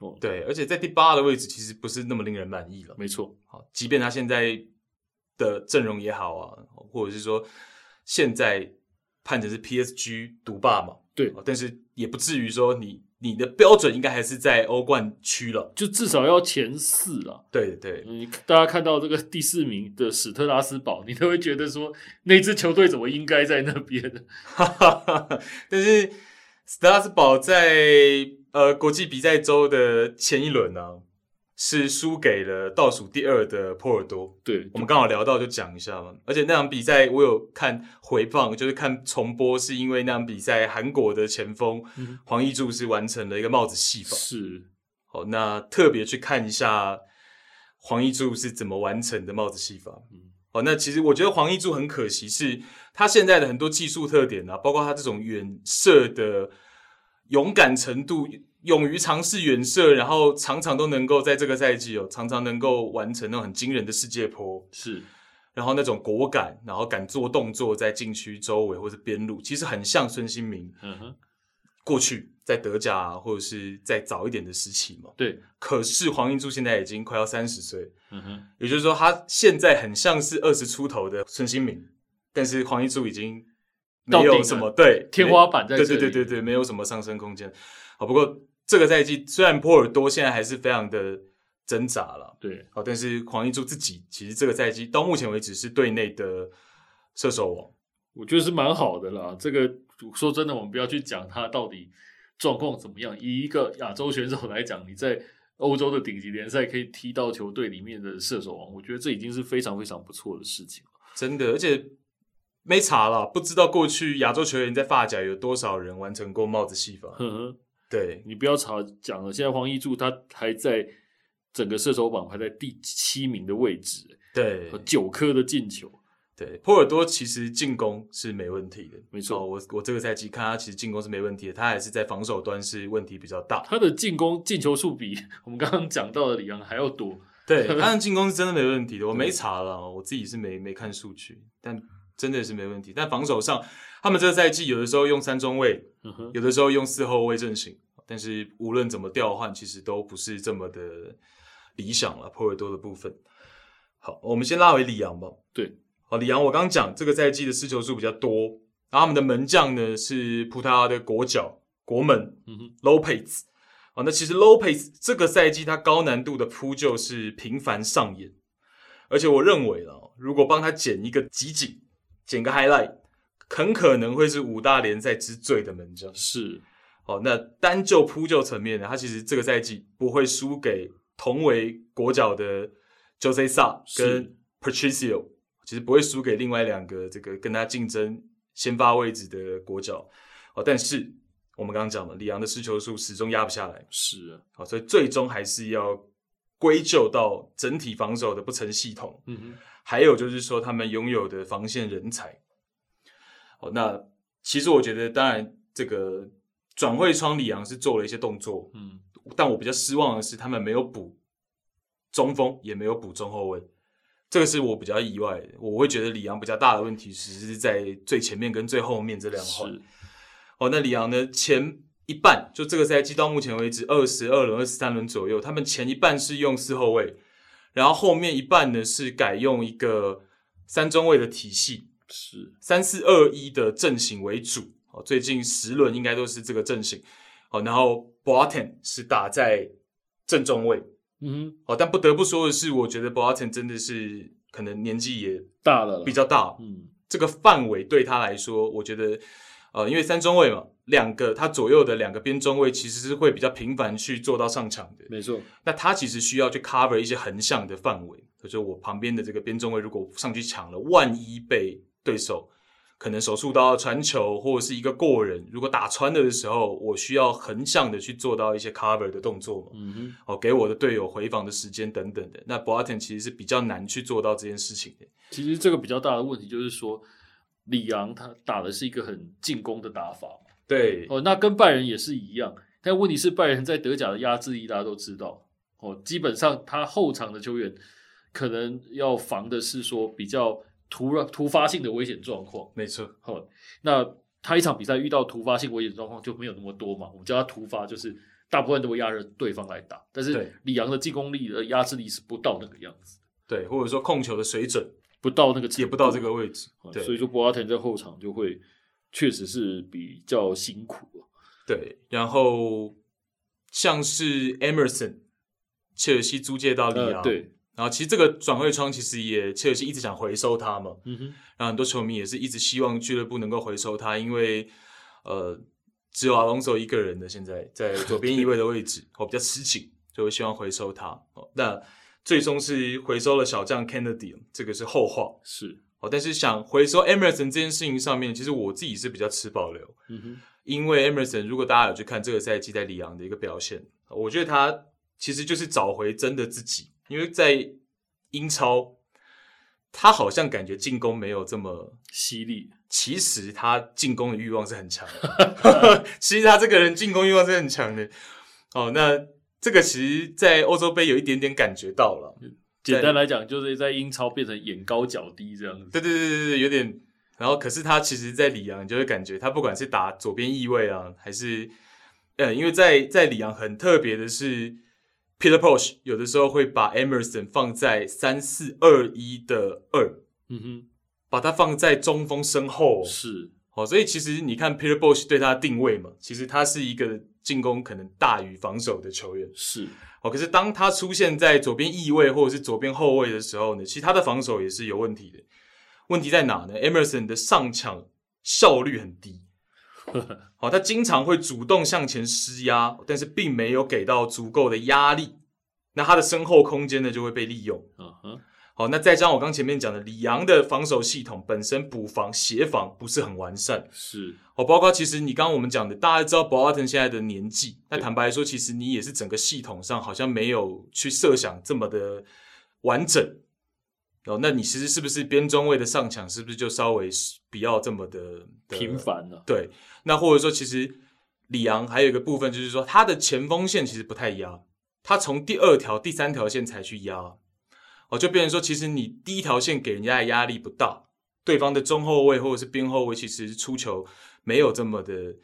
S2: 哦，，
S1: 对，而且在第八的位置其实不是那么令人满意了。
S2: 没错，
S1: 好，即便他现在的阵容也好啊，或者是说现在判成是 PSG 独霸嘛，哦
S2: 对，
S1: 但是也不至于说你你的标准应该还是在欧冠区了。
S2: 就至少要前四啦。
S1: 对对，
S2: 你大家看到这个第四名的史特拉斯堡，你都会觉得说，那支球队怎么应该在那边？
S1: 哈哈哈， 但是斯特拉斯堡在呃国际比赛周的前一轮呢、啊是输给了倒数第二的波尔多。
S2: 对
S1: 我们刚好聊到，就讲一下嘛。而且那场比赛我有看回放，就是看重播，是因为那场比赛韩国的前锋
S2: 嗯
S1: 黄义柱是完成了一个帽子戏法。
S2: 是，
S1: 好，那特别去看一下黄奕柱是怎么完成的帽子戏法。
S2: 嗯
S1: 嗯，好，那其实我觉得黄奕柱很可惜，是他现在的很多技术特点啊，包括他这种远射的勇敢程度，勇于尝试远射，然后常常都能够在这个赛季哦，常常能够完成那种很惊人的世界波，
S2: 是，
S1: 然后那种果敢，然后敢做动作在禁区周围或是边路，其实很像孙兴民
S2: 嗯哼，
S1: 过去在德甲、啊、或者是在早一点的时期嘛。
S2: 对，
S1: 可是黄英柱现在已经快要三十岁，
S2: 嗯哼，
S1: 也就是说他现在很像是二十出头的孙兴民，但是黄英柱已经没
S2: 到顶
S1: 有
S2: 了
S1: 什么对
S2: 天花板在
S1: 对
S2: 这
S1: 对
S2: 里
S1: 对对对，没有什么上升空间。好，不过这个赛季虽然波尔多现在还是非常的挣扎了，
S2: 对，
S1: 哦好，但是黄英柱自己其实这个赛季到目前为止是队内的射手王。
S2: 我觉得是蛮好的啦。这个说真的，我们不要去讲他到底状况怎么样。以一个亚洲选手来讲，你在欧洲的顶级联赛可以踢到球队里面的射手王，我觉得这已经是非常非常不错的事情了。
S1: 真的，而且没查了，不知道过去亚洲球员在发甲有多少人完成过帽子戏法。
S2: 呵呵，
S1: 对，
S2: 你不要吵讲了，现在黄一柱他还在整个射手榜排在第七名的位置，
S1: 对，
S2: 九颗的进球，
S1: 对，波尔多其实进攻是没问题的，
S2: 没错
S1: 哦我我这个赛季看他其实进攻是没问题的，他还是在防守端是问题比较 大。
S2: 他的进攻进球数比我们刚刚讲到的里昂还要多。
S1: 对，他的进攻是真的没问题的，我没查了哦，我自己是没没看数据，但真的是没问题。但防守上，他们这个赛季有的时候用三中卫，
S2: 嗯哼，
S1: 有的时候用四后卫阵型，但是无论怎么调换，其实都不是这么的理想了。波尔多的部分，好，我们先拉回里昂吧。
S2: 对，
S1: 好，里昂我刚刚讲这个赛季的失球数比较多，然后他们的门将呢是葡萄牙的国脚国门
S2: 嗯哼，
S1: Lopez。好，那其实 Lopez 这个赛季他高难度的扑救是频繁上演，而且我认为啊，如果帮他剪一个集锦，剪个 highlight，很可能会是五大联赛之最的门将。
S2: 是，
S1: 哦，那单就扑救层面呢，他其实这个赛季不会输给同为国脚的 Jose Sa
S2: 是
S1: 跟 Patricio，其实不会输给另外两个这个跟他竞争先发位置的国脚。哦，但是我们刚刚讲了，里昂的失球数始终压不下来，
S2: 是啊，
S1: 哦，所以最终还是要归咎到整体防守的不成系统。
S2: 嗯哼，
S1: 还有就是说他们拥有的防线人才。哦，那其实我觉得，当然这个转会窗里昂是做了一些动作，
S2: 嗯，
S1: 但我比较失望的是，他们没有补中锋，也没有补中后卫，这个是我比较意外的。我会觉得里昂比较大的问题，其实是在最前面跟最后面这两环。
S2: 是，
S1: 哦，那里昂呢，前一半就这个赛季到目前为止，二十二轮、二十三轮左右，他们前一半是用四后卫，然后后面一半呢是改用一个三中卫的体系，
S2: 是，
S1: 三四二一的阵型为主。哦，最近十轮应该都是这个阵型。哦，然后 Boateng 是打在正中卫。
S2: 嗯哼，
S1: 哦，但不得不说的是，我觉得 Boateng 真的是可能年纪也
S2: 大了啦
S1: 比，较大，
S2: 嗯，
S1: 这个范围对他来说，我觉得，呃，因为三中卫嘛，两个他左右的两个边中卫其实是会比较频繁去做到上场的。
S2: 没错，
S1: 那他其实需要去 cover 一些横向的范围，就是我旁边的这个边中卫如果上去抢了，万一被对手可能手术刀传球或者是一个过人，如果打穿了的时候，我需要横向的去做到一些 cover 的动作嘛。
S2: 嗯哼，
S1: 哦，给我的队友回防的时间等等的，那 b o a t e n 其实是比较难去做到这件事情的。
S2: 其实这个比较大的问题就是说，里昂他打的是一个很进攻的打法，
S1: 对，
S2: 哦，那跟拜仁也是一样，但问题是拜仁在德甲的压制力大家都知道，哦，基本上他后场的球员可能要防的是说比较突然突发性的危险状况，
S1: 没错。
S2: 哦，那他一场比赛遇到突发性危险状况就没有那么多嘛，我们叫他突发，就是大部分都会压着对方来打，但
S1: 对
S2: 是里昂的进攻力的压制力是不到那个样子，
S1: 对，或者说控球的水准
S2: 不到那个程
S1: 也不到
S2: 度
S1: 这个位置
S2: 哦。所
S1: 对
S2: 以说博阿滕在后场就会确实是比较辛苦啊了，
S1: 对，然后像是 Emerson，切尔西租借到里昂、
S2: 呃，，对，
S1: 然后其实这个转会窗其实也切尔西一直想回收他嘛，
S2: 嗯哼，
S1: 然后很多球迷也是一直希望俱乐部能够回收他，因为呃只有阿隆索一个人的现在在左 边一位的位置，哦我、比较吃紧，所以我希望回收他。哦，那最终是回收了小将 Kennedy，这哦个是后话。
S2: 是，
S1: 哦，但是想回收 Emerson 这件事情上面，其实我自己是比较持保留。
S2: 嗯哼。
S1: 因为 Emerson，如果大家有去看这个赛季在里昂的一个表现，我觉得他其实就是找回真的自己。因为在英超，他好像感觉进攻没有这么，
S2: 犀利，
S1: 其实他进攻的欲望是很强的。 其实他这个人进攻欲望是很强的。哦，那这个其实，在欧洲杯有一点点感觉到了。
S2: 简单来讲就是在英超变成眼高脚低这样子。
S1: 对对对对对，有点。然后，可是他其实，在里昂，你就会感觉他不管是打左边翼位啊，还是，呃，因为在在里昂很特别的是，Peter Posch 有的时候会把 Emerson 放在三四二一的二，
S2: 嗯
S1: 把他放在中锋身后
S2: 哼，是
S1: 哦，所以其实你看 Peter Posch 对他的定位嘛，其实他是一个进攻可能大于防守的球员。
S2: 是，
S1: 哦，可是当他出现在左边翼位或者是左边后卫的时候呢，其实他的防守也是有问题的。问题在哪呢？Emerson 的上抢效率很低，好、他经常会主动向前施压，但是并没有给到足够的压力，那他的身后空间呢就会被利用。
S2: 嗯哼，
S1: 好，那再加上我刚前面讲的，里昂的防守系统本身补防、协防不是很完善，
S2: 是
S1: 哦，包括其实你刚刚我们讲的，大家知道 b o a t e n 现在的年纪，那坦白说，其实你也是整个系统上好像没有去设想这么的完整。哦，那你其实是不是边中卫的上抢，是不是就稍微不要这么的的
S2: 频繁啊了、
S1: 对，那或者说，其实里昂还有一个部分就是说，他的前锋线其实不太压，他从第二条、第三条线才去压，哦，就变成说，其实你第一条线给人家的压力不大，对方的中后卫或者是边后卫其实出球没有这么的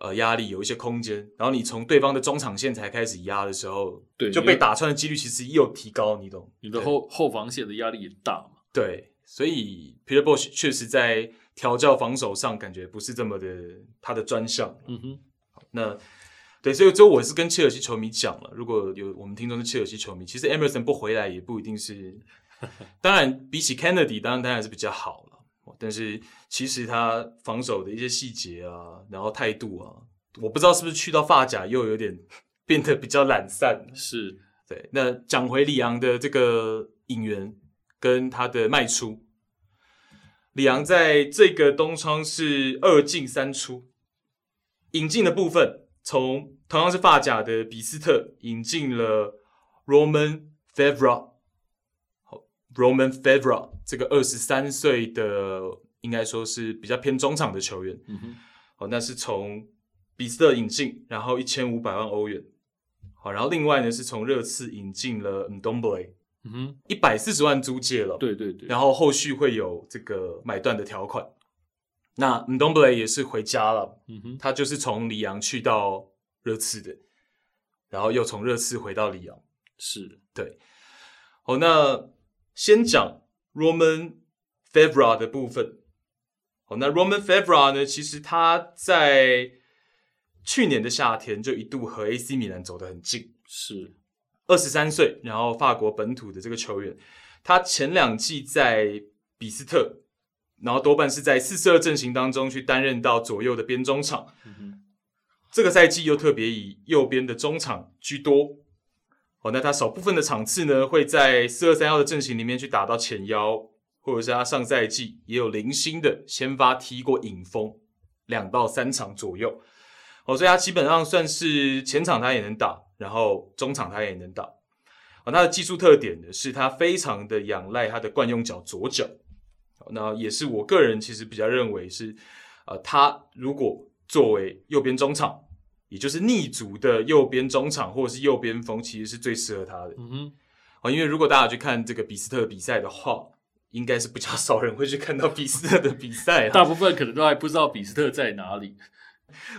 S1: 呃压力，有一些空间，然后你从对方的中场线才开始压的时候，
S2: 对
S1: 就
S2: 因
S1: 被
S2: 为
S1: 打穿的几率其实又提高，你懂？
S2: 你的
S1: 对
S2: 后后防线的压力也大嘛。
S1: 对，所以 Peter Bosch 确实在调教防守上感觉不是这么的他的专项。
S2: 嗯哼，
S1: 那对，所以这我是跟切尔西球迷讲了，如果有我们听众是切尔西球迷，其实 Emerson 不回来也不一定是，当然比起 Kennedy，当然当然是比较好了。哦但是其实他防守的一些细节啊，然后态度啊，我不知道是不是去到发甲又有点变得比较懒散。
S2: 是
S1: 对，那讲回里昂的这个引援跟他的卖出，里昂在这个东窗是二进三出，引进的部分从同样是发甲的比斯特引进了 Roman Favra，好，Roman Favra 这个二十三岁的应该说是比较偏中场的球员。
S2: 嗯哼，
S1: 哦，那是从比斯特引进，然后一千五百万欧元。好，然后另外呢是从热刺引进了 n d o m b l e
S2: 嗯哼，
S1: 一百四十万租借了，，
S2: 对对对，
S1: 然后后续会有这个买断的条款。那 n d o m b l e 也是回家了，
S2: 嗯哼，
S1: 他就是从里昂去到热刺的，然后又从热刺回到里昂。
S2: 是，
S1: 好，那先讲 Roman Fevra 的部分。好，那 Roman Fevra 呢，其实他在去年的夏天就一度和 AC 米兰走得很近，
S2: 是，
S1: 二十三岁，然后法国本土的这个球员，他前两季在比斯特，然后多半是在四四二阵型当中去担任到左右的边中场。
S2: 嗯哼，
S1: 这个赛季又特别以右边的中场居多。哦，那他少部分的场次呢，会在四二三幺的阵型里面去打到前腰，或者是他上赛季也有零星的先发踢过影锋，两到三场左右。哦，所以他基本上算是前场他也能打，然后中场他也能打。哦，他的技术特点呢，是他非常的仰赖他的惯用脚左脚。哦那也是我个人其实比较认为是，呃，他如果作为右边中场，也就是逆足的右边中场或者是右边锋，其实是最适合他的。
S2: 嗯哼，
S1: 哦，因为如果大家有去看这个比斯特的比赛的话，应该是比较少人会去看到比斯特的比赛啊。
S2: 大部分可能都还不知道比斯特在哪里，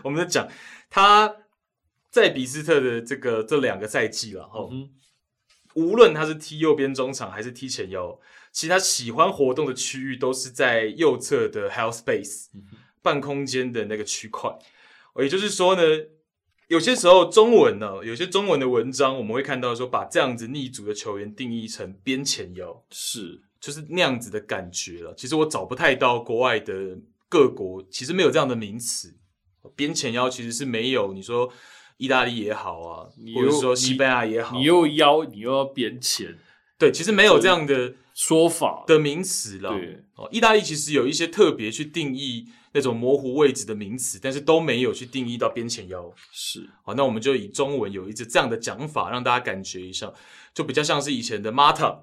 S1: 我们在讲他在比斯特的这个这两个赛季了，哈、
S2: 嗯哼，
S1: 无论他是踢右边中场还是踢前腰，其实他喜欢活动的区域都是在右侧的 h e l l space
S2: 嗯
S1: 半空间的那个区块。哦也就是说呢，有些时候中文呢、有些中文的文章我们会看到说，把这样子逆足的球员定义成边前腰，
S2: 是，
S1: 就是那样子的感觉了。其实我找不太到国外的各国，其实没有这样的名词。边前腰其实是没有，你说意大利也好啊
S2: 你，
S1: 或者
S2: 又
S1: 说西班牙也好，
S2: 你又腰，你又要边前，
S1: 对，其实没有这样的。
S2: 说法，
S1: 的名词了。
S2: 对
S1: 哦，意大利其实有一些特别去定义那种模糊位置的名词，但是都没有去定义到边前腰。
S2: 是，
S1: 好，那我们就以中文有一只这样的讲法，让大家感觉一下，就比较像是以前的 Mata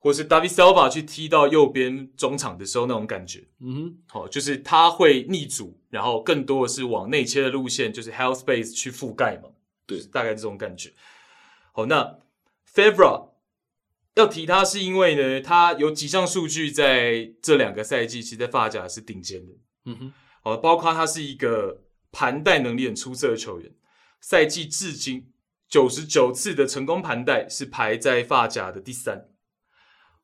S1: 或是 David Silva 去踢到右边中场的时候那种感觉。
S2: 嗯哼，
S1: 哦，就是他会逆主，然后更多的是往内切的路线，就是 h e l l space 去覆盖嘛，
S2: 对
S1: 就是大概这种感觉。好，那 Fevra 要提他是因为呢，他有几项数据在这两个赛季，其实在发甲是顶尖的。
S2: 嗯哼，
S1: 哦，包括他是一个盘带能力很出色的球员，赛季至今九十九次的成功盘带是排在发甲的第三。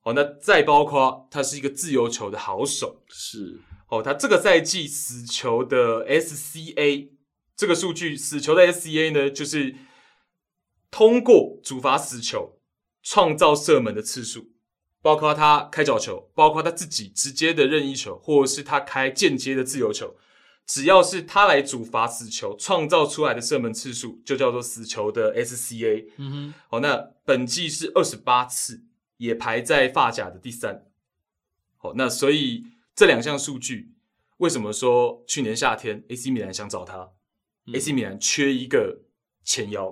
S1: 哦，那再包括他是一个自由球的好手。
S2: 是，
S1: 哦，他这个赛季死球的 SCA 这个数据，死球的 SCA 呢，就是通过主罚死球创造射门的次数，包括他开角球，包括他自己直接的任意球，或者是他开间接的自由球，只要是他来主罚死球创造出来的射门次数，就叫做死球的 SCA。
S2: 嗯哼，
S1: 好，那本季是二十八次，也排在发甲的第三。好，那所以这两项数据，为什么说去年夏天 AC 米兰想找他、
S2: 嗯
S1: a c 米兰缺一个前腰，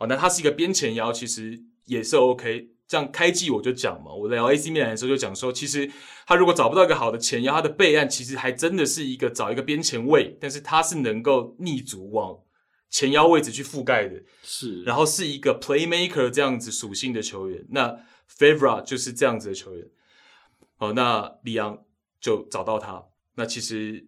S1: 哦，那他是一个边前腰，其实也是 OK。这样开季我就讲嘛，我聊 AC 米兰的时候就讲说，其实他如果找不到一个好的前腰，他的备案其实还真的是一个找一个边前卫，但是他是能够逆足往前腰位置去覆盖的。
S2: 是，
S1: 然后是一个 playmaker 这样子属性的球员。那 Favra 就是这样子的球员。哦，那里昂就找到他。那其实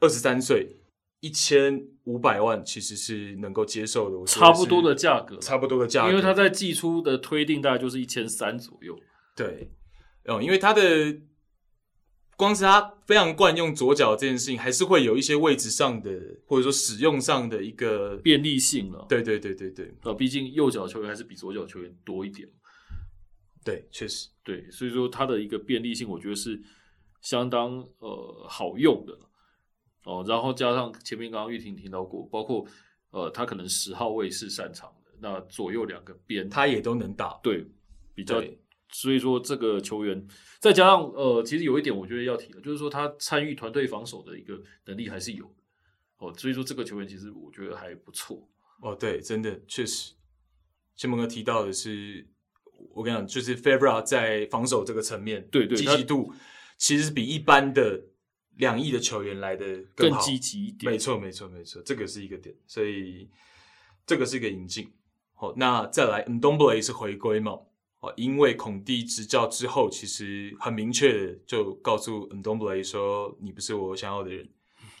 S1: 二十三岁，一千五百万其实是能够接受的，我觉得
S2: 差不多的
S1: 是
S2: 价格啦，
S1: 差不多的价格，
S2: 因为他在寄出的推定大概就是一千三左右。
S1: 对，哦，因为他的光是他非常惯用左脚这件事情，还是会有一些位置上的或者说使用上的一个，
S2: 便利性了。
S1: 对对对对对
S2: 呃，毕竟右脚球员还是比左脚球员多一点，
S1: 对，确实。
S2: 对，所以说它的一个便利性，我觉得是相当呃好用的哦。然后加上前面刚刚玉婷提到过，包括呃，他可能十号位是擅长的，那左右两个边，
S1: 他也都能打，
S2: 对比较
S1: 对，
S2: 所以说这个球员再加上呃，其实有一点我觉得要提的，就是说他参与团队防守的一个能力还是有的哦。所以说这个球员其实我觉得还不错，
S1: 哦，对，真的确实，谢蒙哥提到的是，我跟你讲，就是 Fabra 在防守这个层面，
S2: 对对
S1: 积
S2: 他
S1: 极度其实是比一般的两翼的球员来的
S2: 更
S1: 好。
S2: 积极一点。
S1: 没错，没错，没错，这个是一个点，所以这个是一个引进。好，那再来 n d o m b l e 是回归嘛？哦，因为孔蒂执教之后，其实很明确的就告诉 n d o m b l e 说：“你不是我想要的人。”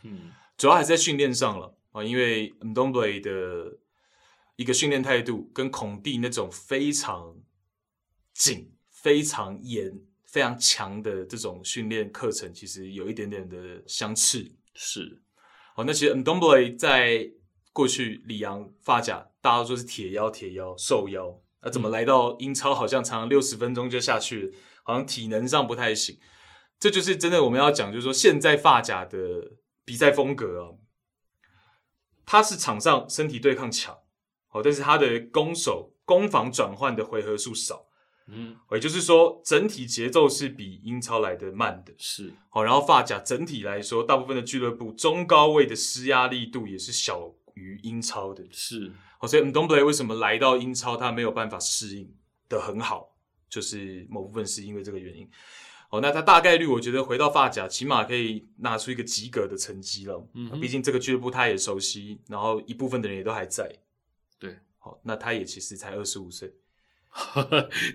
S2: 嗯，
S1: 主要还是在训练上了啊，因为 m d o m b l e 的一个训练态度跟孔蒂那种非常紧、非常严、非常强的这种训练课程，其实有一点点的相似。
S2: 是
S1: 好，那其实 m d o m b l e 在过去里昂发甲，大家都说是铁腰、铁腰、瘦腰，那、怎么来到英超好像常常六十分钟就下去了，好像体能上不太行。这就是真的我们要讲，就是说现在发甲的比赛风格啊，他是场上身体对抗强，好，但是他的攻守、攻防转换的回合数少，
S2: 嗯
S1: 也就是说整体节奏是比英超来的慢的。
S2: 是
S1: 好，然后发甲整体来说，大部分的俱乐部中高位的施压力度也是小于英超的。
S2: 是
S1: 好，所以 m d o m b l e 为什么来到英超他没有办法适应的很好，就是某部分是因为这个原因。好，那他大概率我觉得回到发甲，起码可以拿出一个及格的成绩了。啊
S2: 嗯哼
S1: 毕竟这个俱乐部他也熟悉，然后一部分的人也都还在。
S2: 对，
S1: 好，那他也其实才二十五岁。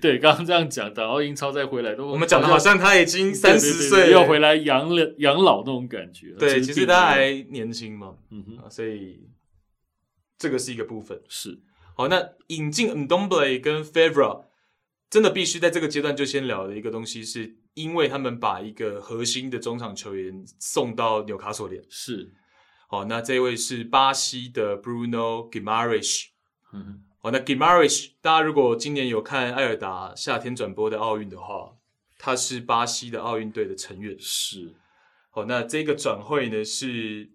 S2: 对，刚刚这样讲，然后英超再回来都
S1: 我们讲的好像他已经三十
S2: 对对
S1: 岁
S2: 对
S1: 了，
S2: 要回来养老养老那种感觉。
S1: 对，其实他
S2: 并没
S1: 还
S2: 有
S1: 年轻嘛。
S2: 嗯哼
S1: 啊，所以这个是一个部分。
S2: 是
S1: 好，那引进 n d o m b l e 跟 Favra，真的必须在这个阶段就先聊的一个东西，是因为他们把一个核心的中场球员送到纽卡索联。
S2: 是
S1: 好，那这位是巴西的 Bruno Guimaraes。
S2: 嗯哼
S1: 好，那 Guimaraes，大家如果今年有看艾尔达夏天转播的奥运的话，他是巴西的奥运队的成员。
S2: 是
S1: 好，那这个转会呢是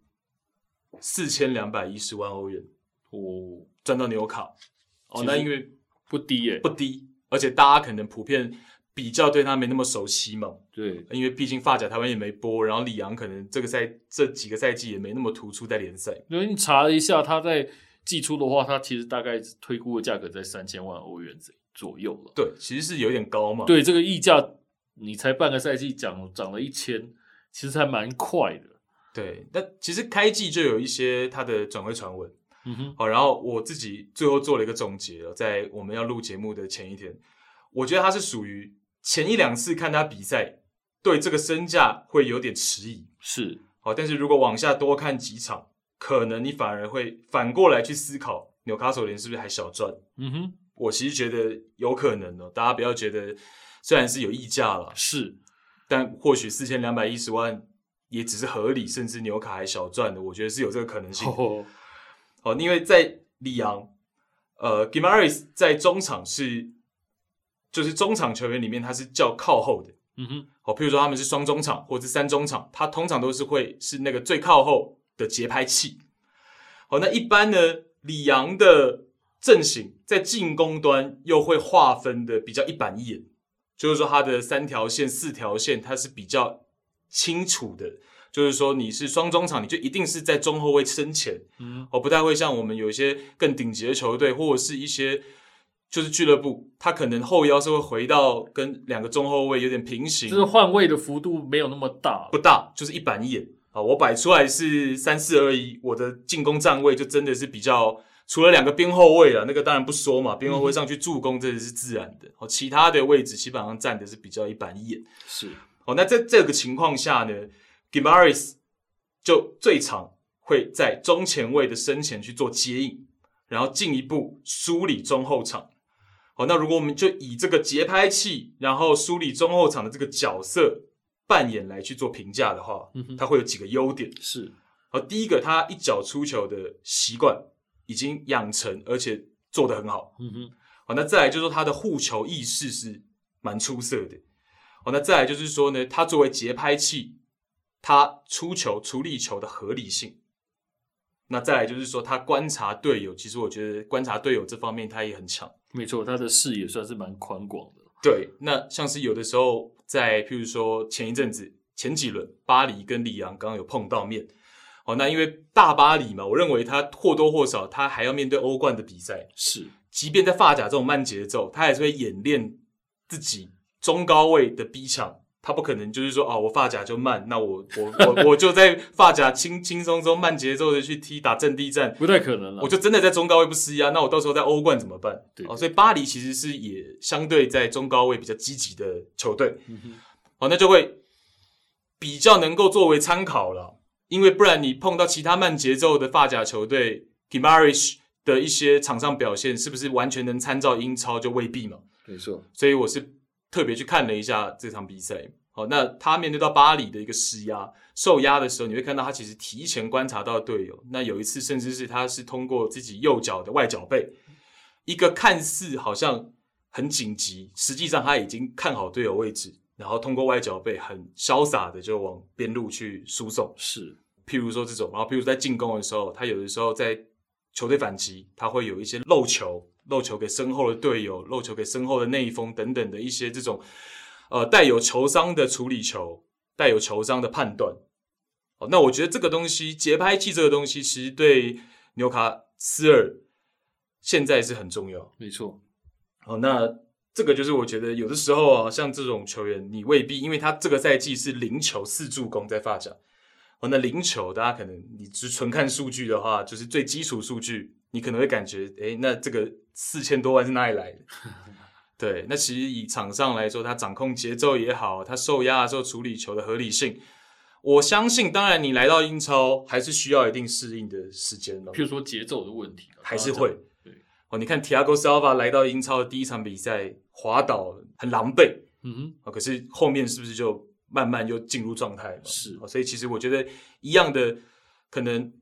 S1: 四千两百一十万欧元。
S2: 哦
S1: 转到纽卡。哦
S2: 其，实
S1: 那因为
S2: 不低耶、
S1: 不低，而且大家可能普遍比较对他没那么熟悉嘛，
S2: 对
S1: 因为毕竟发甲台湾也没播，然后里昂可能这个赛这几个赛季也没那么突出在联赛。
S2: 因为你查了一下，他在寄出的话，他其实大概推估的价格在三千万欧元左左右了。
S1: 对，其实是有点高嘛。，
S2: 对这个溢价，你才半个赛季涨涨了一千，其实还蛮快的。
S1: 对，那其实开季就有一些他的转会传闻。
S2: 嗯哼，
S1: 好，然后我自己最后做了一个总结了，在我们要录节目的前一天，我觉得他是属于前一两次看他比赛，对这个身价会有点迟疑。
S2: 是
S1: 好，但是如果往下多看几场，可能你反而会反过来去思考纽卡索联是不是还小赚。
S2: 嗯哼
S1: 我其实觉得有可能哦，大家不要觉得虽然是有溢价了，
S2: 是
S1: 但或许四千两百一十万也只是合理，甚至纽卡还小赚的，我觉得是有这个可能性。
S2: 哦
S1: 哦，因为在里昂，呃 g i m a r i s 在中场是就是中场球员里面他是较靠后的，
S2: 嗯哼
S1: 哦，譬如说他们是双中场或者是三中场，他通常都是会是那个最靠后的节拍器。好，那一般呢，里昂的阵型在进攻端又会划分的比较一板一眼，就是说它的三条线、四条线它是比较清楚的，就是说你是双中场，你就一定是在中后卫身前，
S2: 嗯
S1: 哦，不太会像我们有一些更顶级的球队，或者是一些就是俱乐部，他可能后腰是会回到跟两个中后卫有点平行，
S2: 就是换位的幅度没有那么大
S1: 不。大，就是一板一眼啊。我摆出来是三四二一，我的进攻站位就真的是比较，除了两个边后卫了，那个当然不说嘛，边后卫上去助攻这是自然的。哦，其他的位置基本上站的是比较一板一眼。
S2: 是
S1: 哦，那在这个情况下呢 g i m a r i s 就最常会在中前卫的身前去做接应，然后进一步梳理中后场。好，那如果我们就以这个节拍器，然后梳理中后场的这个角色扮演来去做评价的话
S2: 嗯哼，
S1: 它会有几个优点。
S2: 是
S1: 好，第一个，他一脚出球的习惯已经养成，而且做得很好。
S2: 嗯哼
S1: 好，那再来就是说他的护球意识是蛮出色的。好，那再来就是说呢，他作为节拍器，他出球处理球的合理性。那再来就是说他观察队友，其实我觉得观察队友这方面他也很强。
S2: 没错，他的视野算是蛮宽广的。
S1: 对，那像是有的时候在譬如说前一阵子前几轮巴黎跟里昂刚刚有碰到面。好，那因为大巴黎嘛，我认为他或多或少他还要面对欧冠的比赛，
S2: 是
S1: 即便在发甲这种慢节奏，他还是会演练自己中高位的逼抢，他不可能就是说啊，我发夹就慢，那我我我 我就在发夹轻轻松松、慢节奏的去踢打阵地战，
S2: 不太可能了。
S1: 我就真的在中高位不施压，那我到时候在欧冠怎么办？
S2: 对
S1: 哦，所以巴黎其实是也相对在中高位比较积极的球队，
S2: 嗯哼
S1: 哦，那就会比较能够作为参考了，因为不然你碰到其他慢节奏的发甲球队 g i m a r i s h 的一些场上表现，是不是完全能参照英超就未必嘛？
S2: 没错，
S1: 所以我是特别去看了一下这场比赛。好，那他面对到巴黎的一个施压、受压的时候，你会看到他其实提前观察到队友。那有一次，甚至是他是通过自己右脚的外脚背，一个看似好像很紧急，实际上他已经看好队友位置，然后通过外脚背很潇洒的就往边路去输送。
S2: 是
S1: 譬如说这种，然后譬如在进攻的时候，他有的时候在球队反击，他会有一些漏球，漏球给身后的队友，漏球给身后的内锋等等的一些这种呃带有球商的处理球，带有球商的判断。哦，那我觉得这个东西节拍器这个东西，其实对纽卡斯尔现在是很重要。
S2: 没错，
S1: 哦，那这个就是我觉得有的时候啊，像这种球员，你未必因为他这个赛季是零球四助攻在发展。哦，那零球大家可能你只纯看数据的话，就是最基础数据，你可能会感觉，诶，那这个四千多万是哪里来的？ 对，那其实以场上来说，他掌控节奏也好，他受压的时候处理球的合理性，我相信，当然你来到英超还是需要一定适应的时间了。
S2: 譬如说节奏的问题，啊
S1: 还是会
S2: 对。
S1: 哦，你看 Thiago Silva 来到英超的第一场比赛滑倒了，很狼狈
S2: 嗯哼，
S1: 哦，可是后面是不是就慢慢又进入状态了？
S2: 是
S1: 哦，所以其实我觉得一样的可能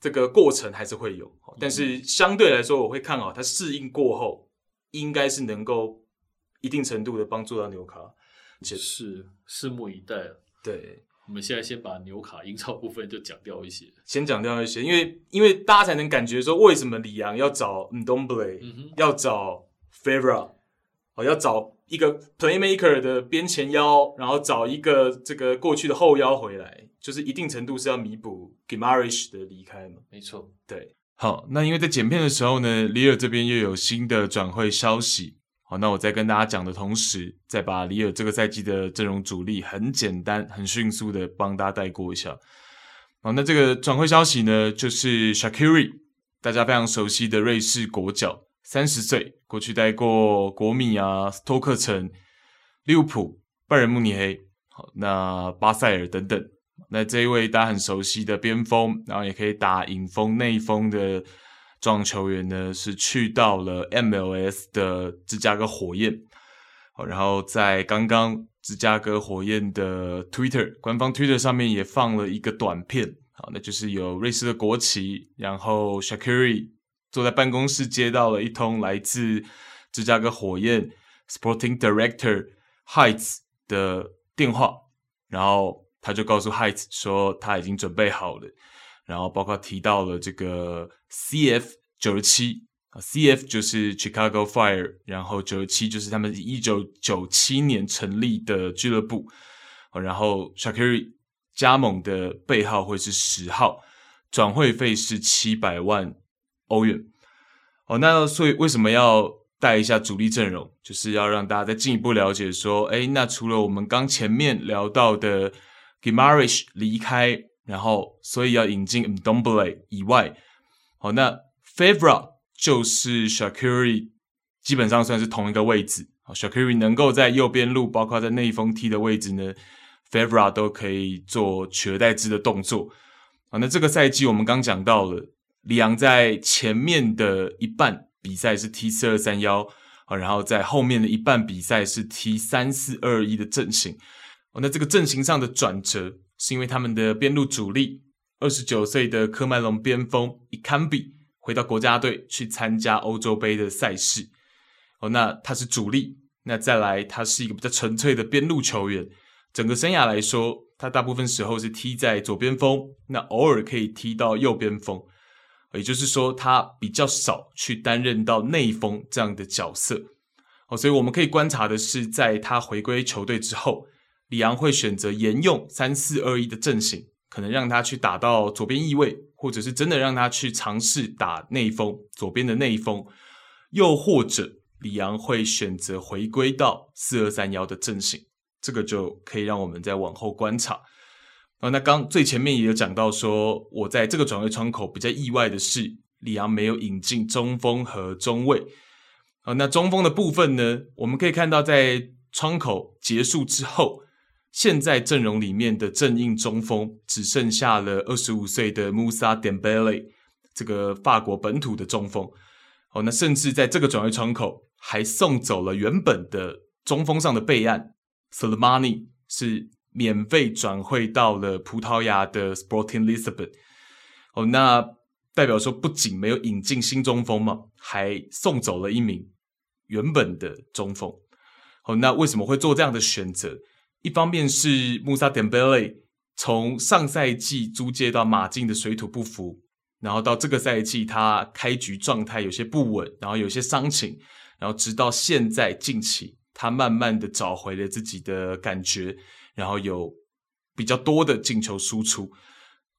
S1: 这个过程还是会有，哦但是相对来说，我会看好他适应过后，应该是能够一定程度的帮助到纽卡。
S2: 是拭目以待了。
S1: 对，
S2: 我们现在先把纽卡英超部分就讲掉一些，
S1: 先讲掉一些，因为因为大家才能感觉说为什么里昂要找 n d o m b l e
S2: 嗯哼
S1: 要找 Fabra，哦，要找一个 playmaker 的边前腰，然后找一个这个过去的后腰回来，就是一定程度是要弥补 Gimarish 的离开嘛。
S2: 没错，
S1: 对，好，那因为在剪片的时候呢，里尔这边又有新的转会消息。好，那我在跟大家讲的同时，再把里尔这个赛季的阵容主力很简单、很迅速的帮大家带过一下。好，那这个转会消息呢，就是 Shakiri，大家非常熟悉的瑞士国脚，三十岁，过去待过国米啊、斯托克城、利物浦、拜仁慕尼黑，好，那巴塞尔等等。那这一位大家很熟悉的边锋，然后也可以打影锋、内锋的撞球员呢，是去到了 MLS 的芝加哥火焰。好，然后在刚刚芝加哥火焰的 Twitter 官方 Twitter 上面也放了一个短片，好，那就是有瑞士的国旗，然后 Shakiri 坐在办公室接到了一通来自芝加哥火焰 Sporting Director Heights 的电话，然后他就告诉 Heights 说他已经准备好了，然后包括提到了这个 CF 九十七啊，CF 就是 Chicago Fire，然后九十七就是他们一九九七年成立的俱乐部，啊然后 Shakiri 加盟的背号会是十号，转会费是七百万欧元。哦，那所以为什么要带一下主力阵容？就是要让大家再进一步了解说，诶，那除了我们刚前面聊到的 Gimarish 离开，然后所以要引进 m d o m b l e 以外，哦，那 Favra 就是 Shakiri，基本上算是同一个位置。哦 Shakiri 能够在右边路，包括在内锋踢的位置呢，Favra 都可以做取而代之的动作。啊，那这个赛季我们刚讲到了，里昂在前面的一半比赛是踢四二三幺啊，然后在后面的一半比赛是踢三四二一的阵型。哦，那这个阵型上的转折是因为他们的边路主力二十九岁的科麦隆边锋伊坎比回到国家队去参加欧洲杯的赛事。哦，那他是主力，那再来他是一个比较纯粹的边路球员。整个生涯来说，他大部分时候是踢在左边锋，那偶尔可以踢到右边锋，也就是说，他比较少去担任到内锋这样的角色。哦，所以我们可以观察的是，在他回归球队之后，里昂会选择沿用三四二一的阵型，可能让他去打到左边翼位，或者是真的让他去尝试打内锋，左边的内锋，又或者里昂会选择回归到四二三幺的阵型。这个就可以让我们再往后观察。啊，那刚最前面也有讲到说，我在这个转会窗口比较意外的是，里昂没有引进中锋和中卫。啊，那中锋的部分呢，我们可以看到在窗口结束之后，现在阵容里面的正印中锋只剩下了二十五岁的 Musa Dembele 这个法国本土的中锋。哦，那甚至在这个转会窗口还送走了原本的中锋上的备案 s a l m a n i 是免费转会到了葡萄牙的 Sporting Lisbon。哦，那代表说不仅没有引进新中锋嘛，还送走了一名原本的中锋。哦，那为什么会做这样的选择？一方面是穆萨点贝勒从上赛季租借到马竞的水土不服，然后到这个赛季他开局状态有些不稳，然后有些伤情，然后直到现在近期他慢慢的找回了自己的感觉，然后有比较多的进球输出，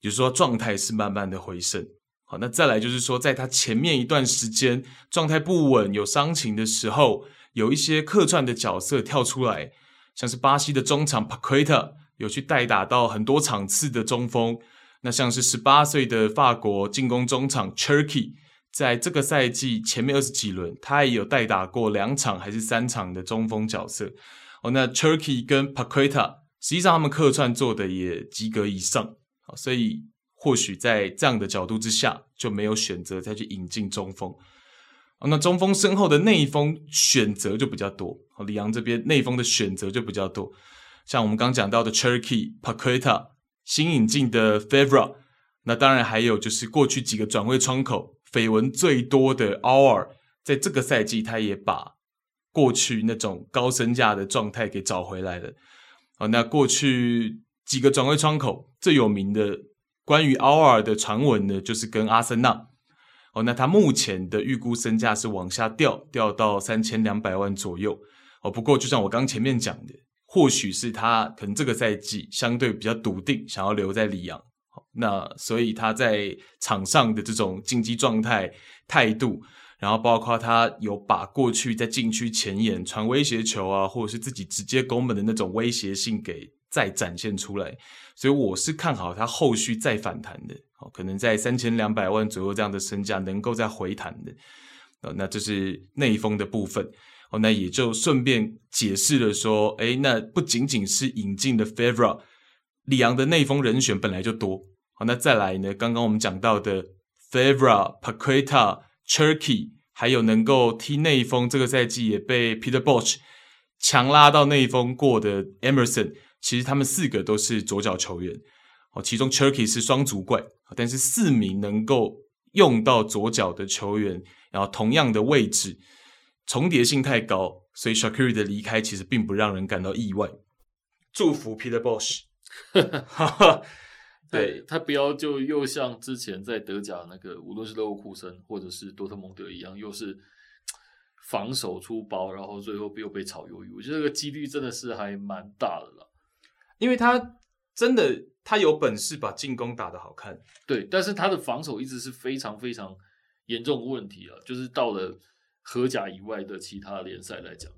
S1: 也就是说状态是慢慢的回升。好，那再来就是说，在他前面一段时间状态不稳、有伤情的时候，有一些客串的角色跳出来，像是巴西的中场 Paqueta 有去代打到很多场次的中锋，那像是十八岁的法国进攻中场 Cherky，在这个赛季前面二十几轮，他也有代打过两场还是三场的中锋角色。哦，那 Cherky 跟 Paqueta 实际上他们客串做的也及格以上，好，所以或许在这样的角度之下，就没有选择再去引进中锋。哦那中锋身后的内锋选择就比较多，哦，里昂这边内锋的选择就比较多，像我们刚讲到的 Cherky、Paqueta，新引进的 Favra，那当然还有就是过去几个转会窗口绯闻最多的 Our，在这个赛季他也把过去那种高身价的状态给找回来了。哦，那过去几个转会窗口最有名的关于 Our 的传闻呢，就是跟阿森纳。哦，那他目前的预估身价是往下掉，掉到三千两百万左右。哦，不过就像我刚前面讲的，或许是他可能这个赛季相对比较笃定，想要留在里昂。好那所以他在场上的这种竞技状态、态度，然后包括他有把过去在禁区前沿传威胁球啊，或者是自己直接攻门的那种威胁性给再展现出来。所以我是看好他后续再反弹的，哦，可能在三千两百万左右这样的身价能够再回弹的，哦，那这是内封的部分，哦，那也就顺便解释了说，诶，那不仅仅是引进的 Favra，里昂的内封人选本来就多，好，那再来呢，刚刚我们讲到的 Favra、Paqueta、Cherky，还有能够踢内锋，这个赛季也被 Peter Bosch 强拉到内锋过的 Emerson，其实他们四个都是左脚球员哦，其中 Cherky 是双足怪，但是四名能够用到左脚的球员，然后同样的位置重叠性太高，所以 Shakiri 的离开其实并不让人感到意外。祝福 Peter Bosch，对，
S2: 他不要就又像之前在德甲那个，无论是勒沃库森或者是多特蒙德一样，又是防守出包，然后最后又被炒鱿鱼。我觉得这个几率真的是还蛮大的啦。
S1: 因为他真的他有本事把进攻打得好看，
S2: 对，但是他的防守一直是非常非常严重的问题啊，就是到了荷甲以外的其他联赛来讲，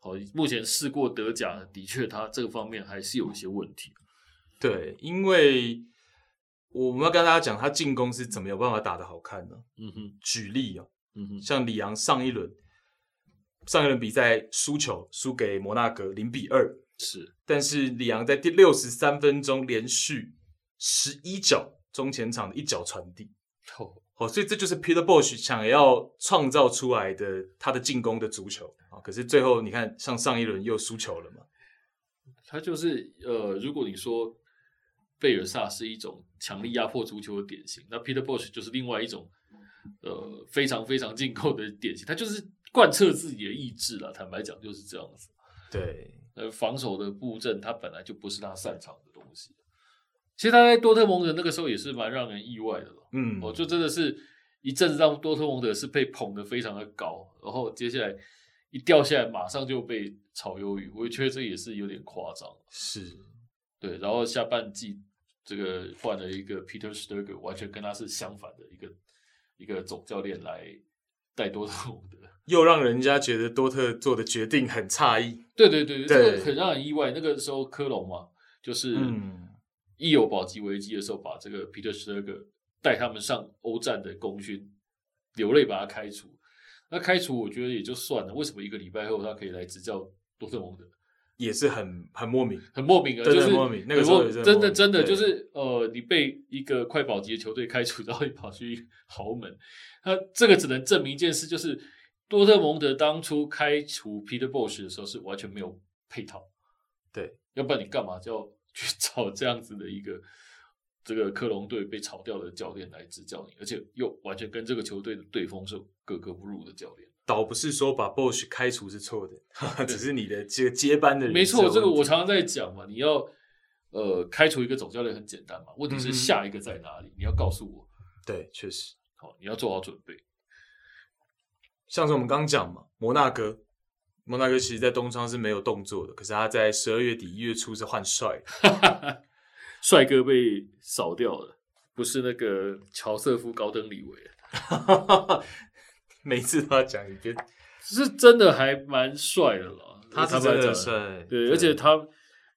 S2: 好，目前试过德甲，的确他这方面还是有一些问题。
S1: 对，因为我们要跟大家讲他进攻是怎么有办法打得好看呢？
S2: 嗯哼，
S1: 举例哦，
S2: 嗯哼，
S1: 像里昂上一轮上一轮比赛输球，输给摩纳哥零比二，
S2: 是，
S1: 但是里昂在第六十三分钟连续十一脚中前场的一脚传递，
S2: 哦，
S1: 哦，所以这就是 Peter Bosch 想要创造出来的他的进攻的足球啊、可是最后你看，像上一轮又输球了嘛，
S2: 他就是呃，如果你说贝尔萨是一种强力压迫足球的典型，那 Peter Bosch 就是另外一种呃非常非常进攻的典型，他就是贯彻自己的意志了。坦白讲就是这样子。
S1: 对，
S2: 呃，防守的布阵，他本来就不是他擅长的东西。其实他在多特蒙德那个时候也是蛮让人意外的了。
S1: 嗯，
S2: 哦，就真的是一阵子让多特蒙德是被捧得非常的高，然后接下来一掉下来，马上就被炒鱿鱼。我觉得这也是有点夸张。
S1: 是
S2: 对，然后下半季这个换了一个 Peter Sturger，完全跟他是相反的一个一个总教练来带多特蒙德。
S1: 又让人家觉得多特做的决定很诧异。
S2: 对对对，这
S1: 对
S2: 个很让人意外。那个时候科隆嘛，就是
S1: 嗯
S2: 一有保级危机的时候，把这个皮特施特格带他们上欧战的功勋，流泪把他开除。那开除我觉得也就算了，为什么一个礼拜后他可以来执教多特蒙德？
S1: 也是很很莫名，
S2: 很莫名啊，
S1: 真
S2: 就
S1: 的
S2: 是
S1: 很莫名那个
S2: 很
S1: 时候
S2: 莫
S1: 也是很
S2: 真
S1: 莫
S2: 的
S1: 名
S2: 真的
S1: 对
S2: 就是呃，你被一个快保级的球队开除，然后你跑去豪门，那这个只能证明一件事，就是多特蒙德当初开除 Peter Bosch 的时候是完全没有配套，
S1: 对，
S2: 要不然你干嘛就要去找这样子的一个这个科隆队被炒掉的教练来执教你，而且又完全跟这个球队的队风是格格不入的教练。
S1: 倒不是说把 Bosch 开除是错的， 只是你的这个接班的人
S2: 没
S1: 是
S2: 错，
S1: 有
S2: 这个
S1: 问题
S2: 我常常在讲嘛，你要呃开除一个总教练很简单嘛，问题
S1: 嗯
S2: 是
S1: 嗯
S2: 下一个在哪里，你要告诉我，
S1: 对，确实，
S2: 好、你要做好准备。
S1: 像是我们刚刚讲嘛，摩纳哥，摩纳哥其实在东窗是没有动作的，可是他在十二月底一月初是换帅 的，
S2: 帅哥被扫掉了，不是那个乔瑟夫高登李维，啊
S1: 每次都要讲一遍，
S2: 是真的还蛮帅的啦，呃
S1: 是
S2: 坦白
S1: 真的
S2: 讲
S1: 帅，
S2: 对，而且他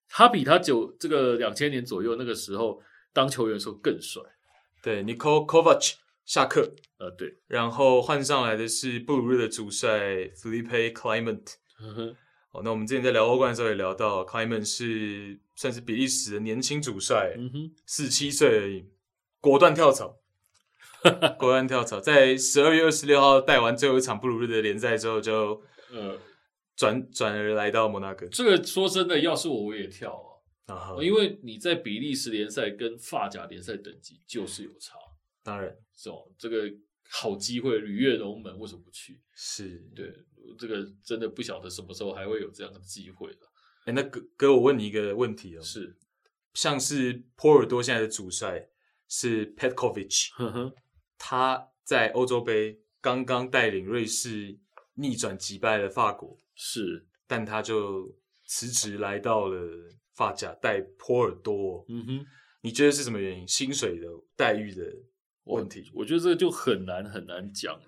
S2: 他比他九这个两千年左右那个时候当球员的时候更帅，
S1: 对 n i k o Kovac 下课，
S2: 呃，对，
S1: 然后换上来的是布鲁日的主帅 Felipe Clement。哦，那我们之前在聊欧冠的时候也聊到 c l i m a n 是算是比利时的年轻主帅，
S2: 嗯哼，
S1: 四七岁而已，果断跳 槽，果断跳槽，在十二月二十六号带完最后一场布鲁日的联赛之后，就
S2: 呃，
S1: 转转而来到摩纳哥
S2: 这个说真的，要是我我也跳啊。
S1: 啊哈
S2: 哦，因为你在比利时联赛跟法甲联赛等级就是有差，
S1: 当然
S2: 这种这个好机会履约龙门为什么不去？
S1: 是
S2: 对，这个真的不晓得什么时候还会有这样的机会了。
S1: 哎，那哥哥，我问你一个问题哦，
S2: 是，
S1: 像是波尔多现在的主帅是 Petkovic，
S2: 呵呵，
S1: 他在欧洲杯刚刚带领瑞士逆转击败了法国，
S2: 是，
S1: 但他就辞职来到了发甲带波尔多。
S2: 嗯哼，
S1: 你觉得是什么原因？薪水的待遇的
S2: 我
S1: 问题？
S2: 我觉得这个就很难很难讲了。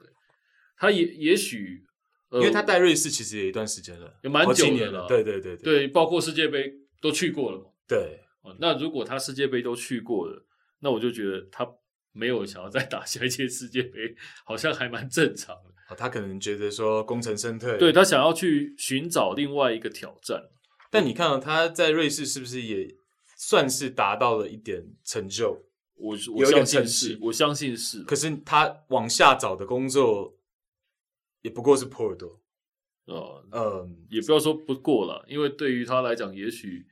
S2: 他也也许，呃
S1: 因为他带瑞士其实也一段时间了，
S2: 也蛮
S1: 好几
S2: 久的
S1: 年
S2: 了
S1: 对对对对
S2: 对，包括世界杯都去过了嘛。
S1: 对，
S2: 哦，那如果他世界杯都去过了，那我就觉得他没有想要再打下一届世界杯，好像还蛮正常的。
S1: 哦他可能觉得说功成身退。
S2: 对，他想要去寻找另外一个挑战。
S1: 但你看、哦、他在瑞士是不是也算是达到了一点成就？
S2: 我
S1: 有
S2: 我
S1: 一点
S2: 相
S1: 趁
S2: 信
S1: 势
S2: 是，我相信是。
S1: 可是他往下找的工作也不过是波尔多。
S2: 呃，
S1: 嗯，
S2: 也不要说不过了，因为对于他来讲，也许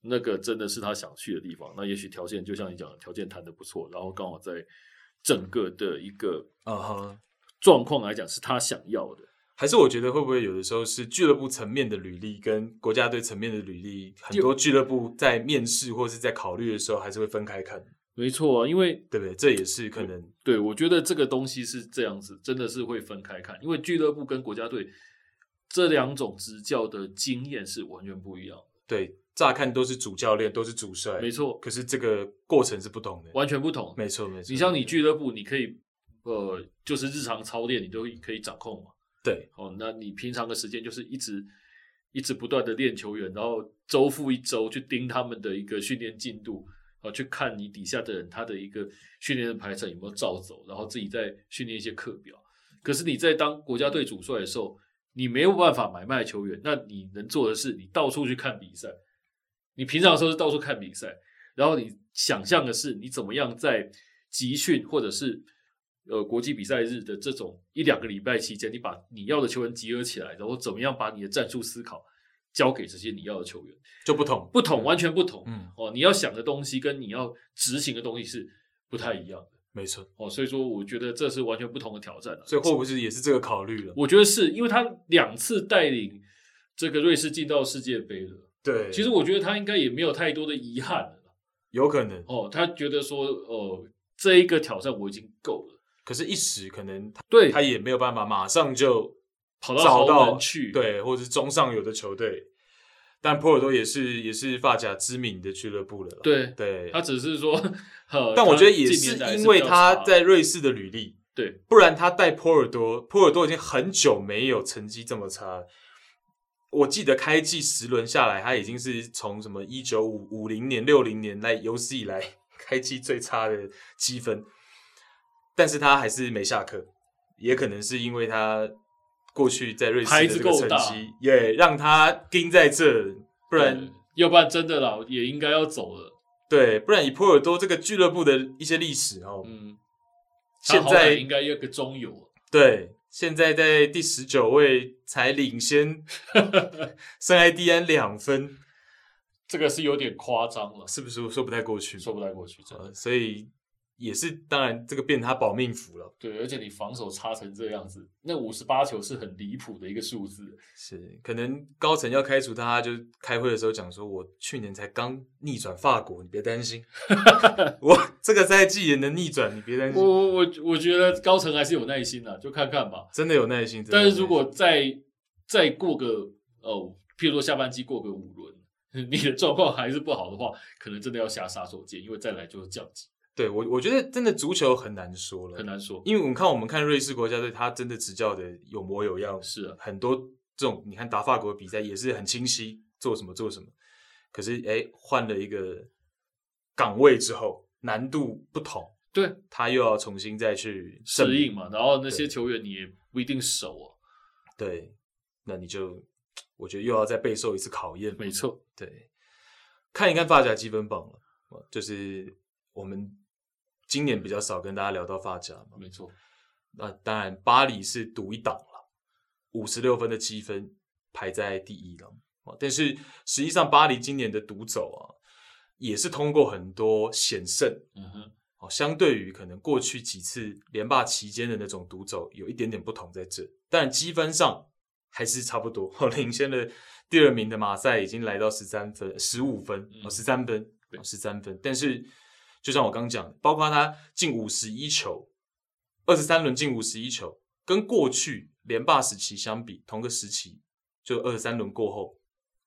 S2: 那个真的是他想去的地方。那也许条件就像你讲，的，条件谈的不错，然后刚好在整个的一个
S1: 啊哈，
S2: 状况来讲是他想要的。
S1: 还是我觉得会不会有的时候是俱乐部层面的履历跟国家队层面的履历，很多俱乐部在面试或是在考虑的时候还是会分开看。
S2: 没错啊，因为
S1: 对不对？这也是可能
S2: 对，我觉得这个东西是这样子，真的是会分开看，因为俱乐部跟国家队这两种执教的经验是完全不一样的。
S1: 对，乍看都是主教练，都是主帅，
S2: 没错，
S1: 可是这个过程是不同的，
S2: 完全不同。
S1: 没错没错。
S2: 你像你俱乐部，你可以呃，就是日常操练，你都可以掌控嘛。
S1: 对
S2: 哦，那你平常的时间就是一直一直不断的练球员，然后周复一周去盯他们的一个训练进度，啊，去看你底下的人他的一个训练的排程有没有照走，然后自己再训练一些课表。可是你在当国家队主帅的时候，你没有办法买卖球员，那你能做的是你到处去看比赛。你平常的时候是到处看比赛，然后你想象的是你怎么样在集训或者是呃国际比赛日的这种一两个礼拜期间，你把你要的球员集合起来，然后怎么样把你的战术思考交给这些你要的球员，
S1: 就不同，
S2: 不同，完全不同、
S1: 嗯，
S2: 哦。你要想的东西跟你要执行的东西是不太一样的
S1: 没错。
S2: 哦，所以说我觉得这是完全不同的挑战、啊。
S1: 所以会不会是也是这个考虑了？
S2: 我觉得是因为他两次带领这个瑞士进到世界杯了，
S1: 对，
S2: 其实我觉得他应该也没有太多的遗憾了。
S1: 有可能，
S2: 哦，他觉得说，呃，这一个挑战我已经够了，
S1: 可是一时可能他
S2: 对，
S1: 他也没有办法马上就
S2: 跑到
S1: 找
S2: 豪
S1: 到
S2: 门去，，
S1: 对，或者是中上游的球队。但波尔多也是也是发甲知名的俱乐部了啦，
S2: 对
S1: 对
S2: 他。只是说，呃，
S1: 但我觉得也
S2: 他近年来
S1: 是
S2: 是
S1: 因为
S2: 比较差
S1: 他在瑞士的履历，
S2: 对，
S1: 不然他带波尔多，波尔多已经很久没有成绩这么差了。我记得开季十轮下来，他已经是从什么一九五五零年、六零年来有史以来 开季最差的积分，但是他还是没下课，也可能是因为他过去在瑞士
S2: 牌
S1: 的
S2: 子
S1: 这个
S2: 够
S1: 成
S2: 大
S1: 绩，也让他盯在这，不然
S2: 对要不然真的啦，也应该要走了。
S1: 对，不然以波尔多这个俱乐部的一些历史哦，
S2: 嗯，他
S1: 现
S2: 好歹
S1: 在
S2: 应该要个中游，
S1: 对，现在在第十九位才领先圣埃蒂安两分，
S2: 这个是有点夸张了，
S1: 是不是说不太过去？
S2: 说不太过去，真的。
S1: 呃，所以也是当然这个变成他保命符了。
S2: 对，而且你防守差成这样子，那五十八球是很离谱的一个数字。
S1: 是，可能高层要开除他，就开会的时候讲说，我去年才刚逆转法国，你别担 心，我这个赛季也能逆转，你别担
S2: 我
S1: 心，
S2: 我我我觉得高层还是有耐心的，就看看吧。
S1: 真的有耐心。真的有
S2: 但
S1: 耐
S2: 是
S1: 心
S2: 如果再再过个哦，譬如说下半季过个五轮， 你的状况还是不好的话，可能真的要下杀手锏，因为再来就是降级，
S1: 对我，我觉得真的足球很难说了，
S2: 很难说。
S1: 因为我们看我们看瑞士国家队，他真的执教的有模有样，
S2: 是啊，
S1: 很多这种你看打法国比赛也是很清晰，做什么做什么。可是哎，换了一个岗位之后，难度不同，
S2: 对，
S1: 他又要重新再去证
S2: 适
S1: 明
S2: 应。嘛。然后那些
S1: 对
S2: 球员你也不一定熟啊。
S1: 对，那你就我觉得又要再备受一次考验。
S2: 没错，
S1: 对，看一看发夹积分榜了，哦就是我们今年比较少跟大家聊到发夹嘛。
S2: 没错，
S1: 那当然，巴黎是独一档了，五十六分的积分排在第一了。哦但是实际上，巴黎今年的独走啊，也是通过很多险胜
S2: 嗯哼，
S1: 哦。相对于可能过去几次连霸期间的那种独走，有一点点不同在这，但积分上还是差不多。 哦领先了第二名的马赛已经来到十三分、十五分、
S2: 嗯
S1: 哦十三分、
S2: 对
S1: 十三分。但是就像我刚讲的，包括他进五十一球，二十三轮进五十一球，跟过去连霸时期相比，同个时期就二十三轮过后，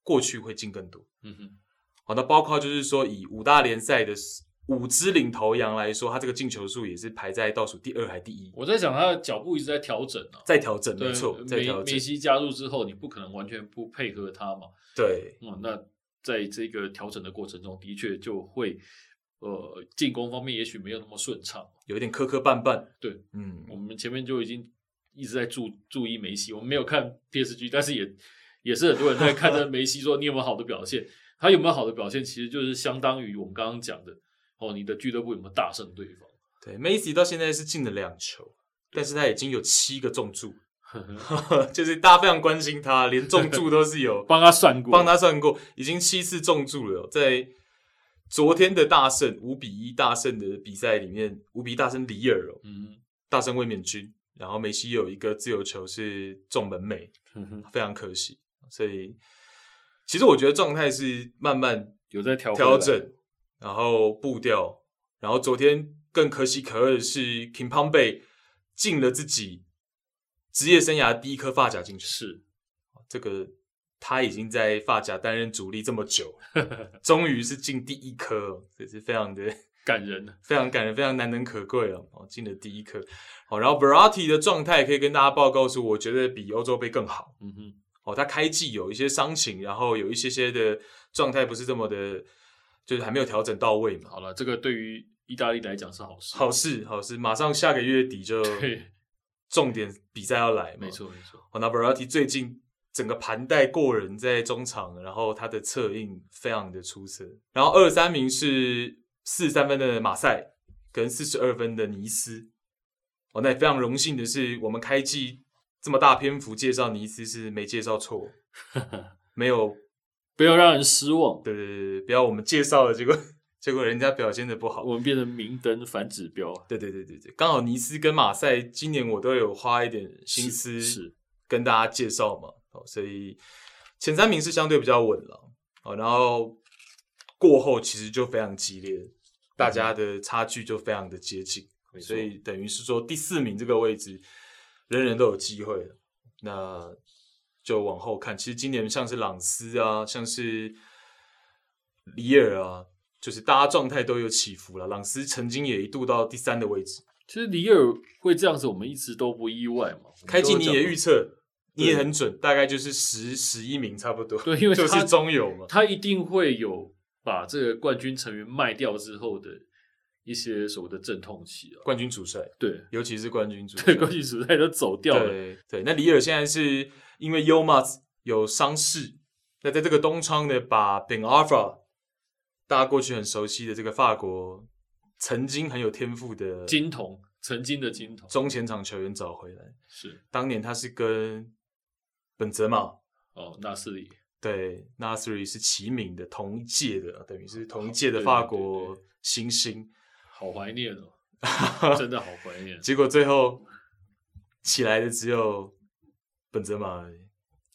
S1: 过去会进更多。
S2: 嗯哼，
S1: 好，那包括就是说，以五大联赛的五支领头羊来说，他这个进球数也是排在倒数第二还第一，
S2: 我在想他的脚步一直在调整啊。
S1: 在调整，
S2: 对
S1: 没错，，在
S2: 梅
S1: 调整
S2: 梅，西加入之后，你不可能完全不配合他嘛。
S1: 对，
S2: 嗯，那在这个调整的过程中，的确就会呃进攻方面也许没有那么顺畅。
S1: 有一点磕磕绊绊，
S2: 对，
S1: 嗯，
S2: 我们前面就已经一直在注注意梅西，我们没有看 PSG，但是也也是很多人在看着梅西说 你有没有好的表现，他有没有好的表现，其实就是相当于我们刚刚讲的哦，你的俱乐部有没有大胜对方。
S1: 对，Macy 到现在是进了两球，但是他已经有七个中柱， 就是大家非常关心他，连中柱都是有
S2: 帮他算过，
S1: 帮他算过，已经七次中柱了哦，在昨天的大胜五比一大胜的比赛里面，五比一大胜里尔哦，
S2: 嗯
S1: 大胜卫冕军，然后梅西有一个自由球是中门楣，
S2: 哼，嗯哼，
S1: 非常可惜。所以其实我觉得状态是慢慢
S2: 有在调回来
S1: 调整，然后步调，然后昨天更可喜可贺的是 Kim p o m b e 进了自己职业生涯第一颗发夹进去，
S2: 是
S1: 这个他已经在发夹担任主力这么久了，终于是进第一颗哦，这是非常的。
S2: 感人啊的，
S1: 非常感人，非常难能可贵哦。哦，进了第一颗，好、然后 Verratti 的状态可以跟大家报告说，我觉得比欧洲杯更好
S2: 嗯哼，
S1: 哦。他开季有一些伤情，然后有一些些的状态不是这么的，就是还没有调整到位嘛。
S2: 好了，这个对于意大利来讲是好事，
S1: 好事，好事，马上下个月底就
S2: 对，
S1: 重点比赛要来嘛。
S2: 没。错没错，
S1: 哦，那 Verratti 最近整个盘带过人，在中场，然后他的策应非常的出色。然后二三名是四十三分的马赛跟四十二分的尼斯。哦，那也非常荣幸的是，我们开季这么大篇幅介绍尼斯是没介绍 错，没有
S2: 不要让人失望，
S1: 对对对对，不要我们介绍了，结果结果人家表现的不好。
S2: 我们变成明灯反指标，
S1: 对对对对对，刚好尼斯跟马赛今年我都有花一点心思
S2: 是是
S1: 跟大家介绍嘛，哦，所以前三名是相对比较稳了，哦，然后过后其实就非常激烈，大家的差距就非常的接近，
S2: 嗯没错
S1: 所以等于是说第四名这个位置，人人都有机会了。那就往后看，其实今年像是朗斯啊，像是里尔啊，就是大家状态都有起伏了。朗斯曾经也一度到第三的位置，
S2: 其实里尔会这样子，我们一直都不意外嘛。
S1: 开季你也预
S2: 测，
S1: 测，你也
S2: 对
S1: 很准，大概就是十十一名差不多。
S2: 对因 为
S1: 就
S2: 他
S1: 是中游嘛。
S2: 他一定会有把这个冠军成员卖掉之后的一些所谓的阵痛期啊。
S1: 冠军主帅，
S2: 对
S1: 尤其是冠军主帅
S2: 对，，冠军主赛都走掉了，
S1: 对对。那里尔现在是因为 Umas 有伤势，那在这个东窗呢，把 Ben Arfa，大家过去很熟悉的这个法国曾经很有天赋的
S2: 金童，曾经的金童
S1: 中前场球员找回来。
S2: 是
S1: 当年他是跟本泽马。
S2: 哦，纳斯里
S1: 对 n a s r i 是齐名的，同一届的，等于是同一届
S2: 哦对
S1: 的
S2: 对
S1: 法
S2: 对
S1: 国
S2: 对
S1: 新星。
S2: 好怀念哦， 真的好怀念。
S1: 结果最后起来的只有本泽马而已。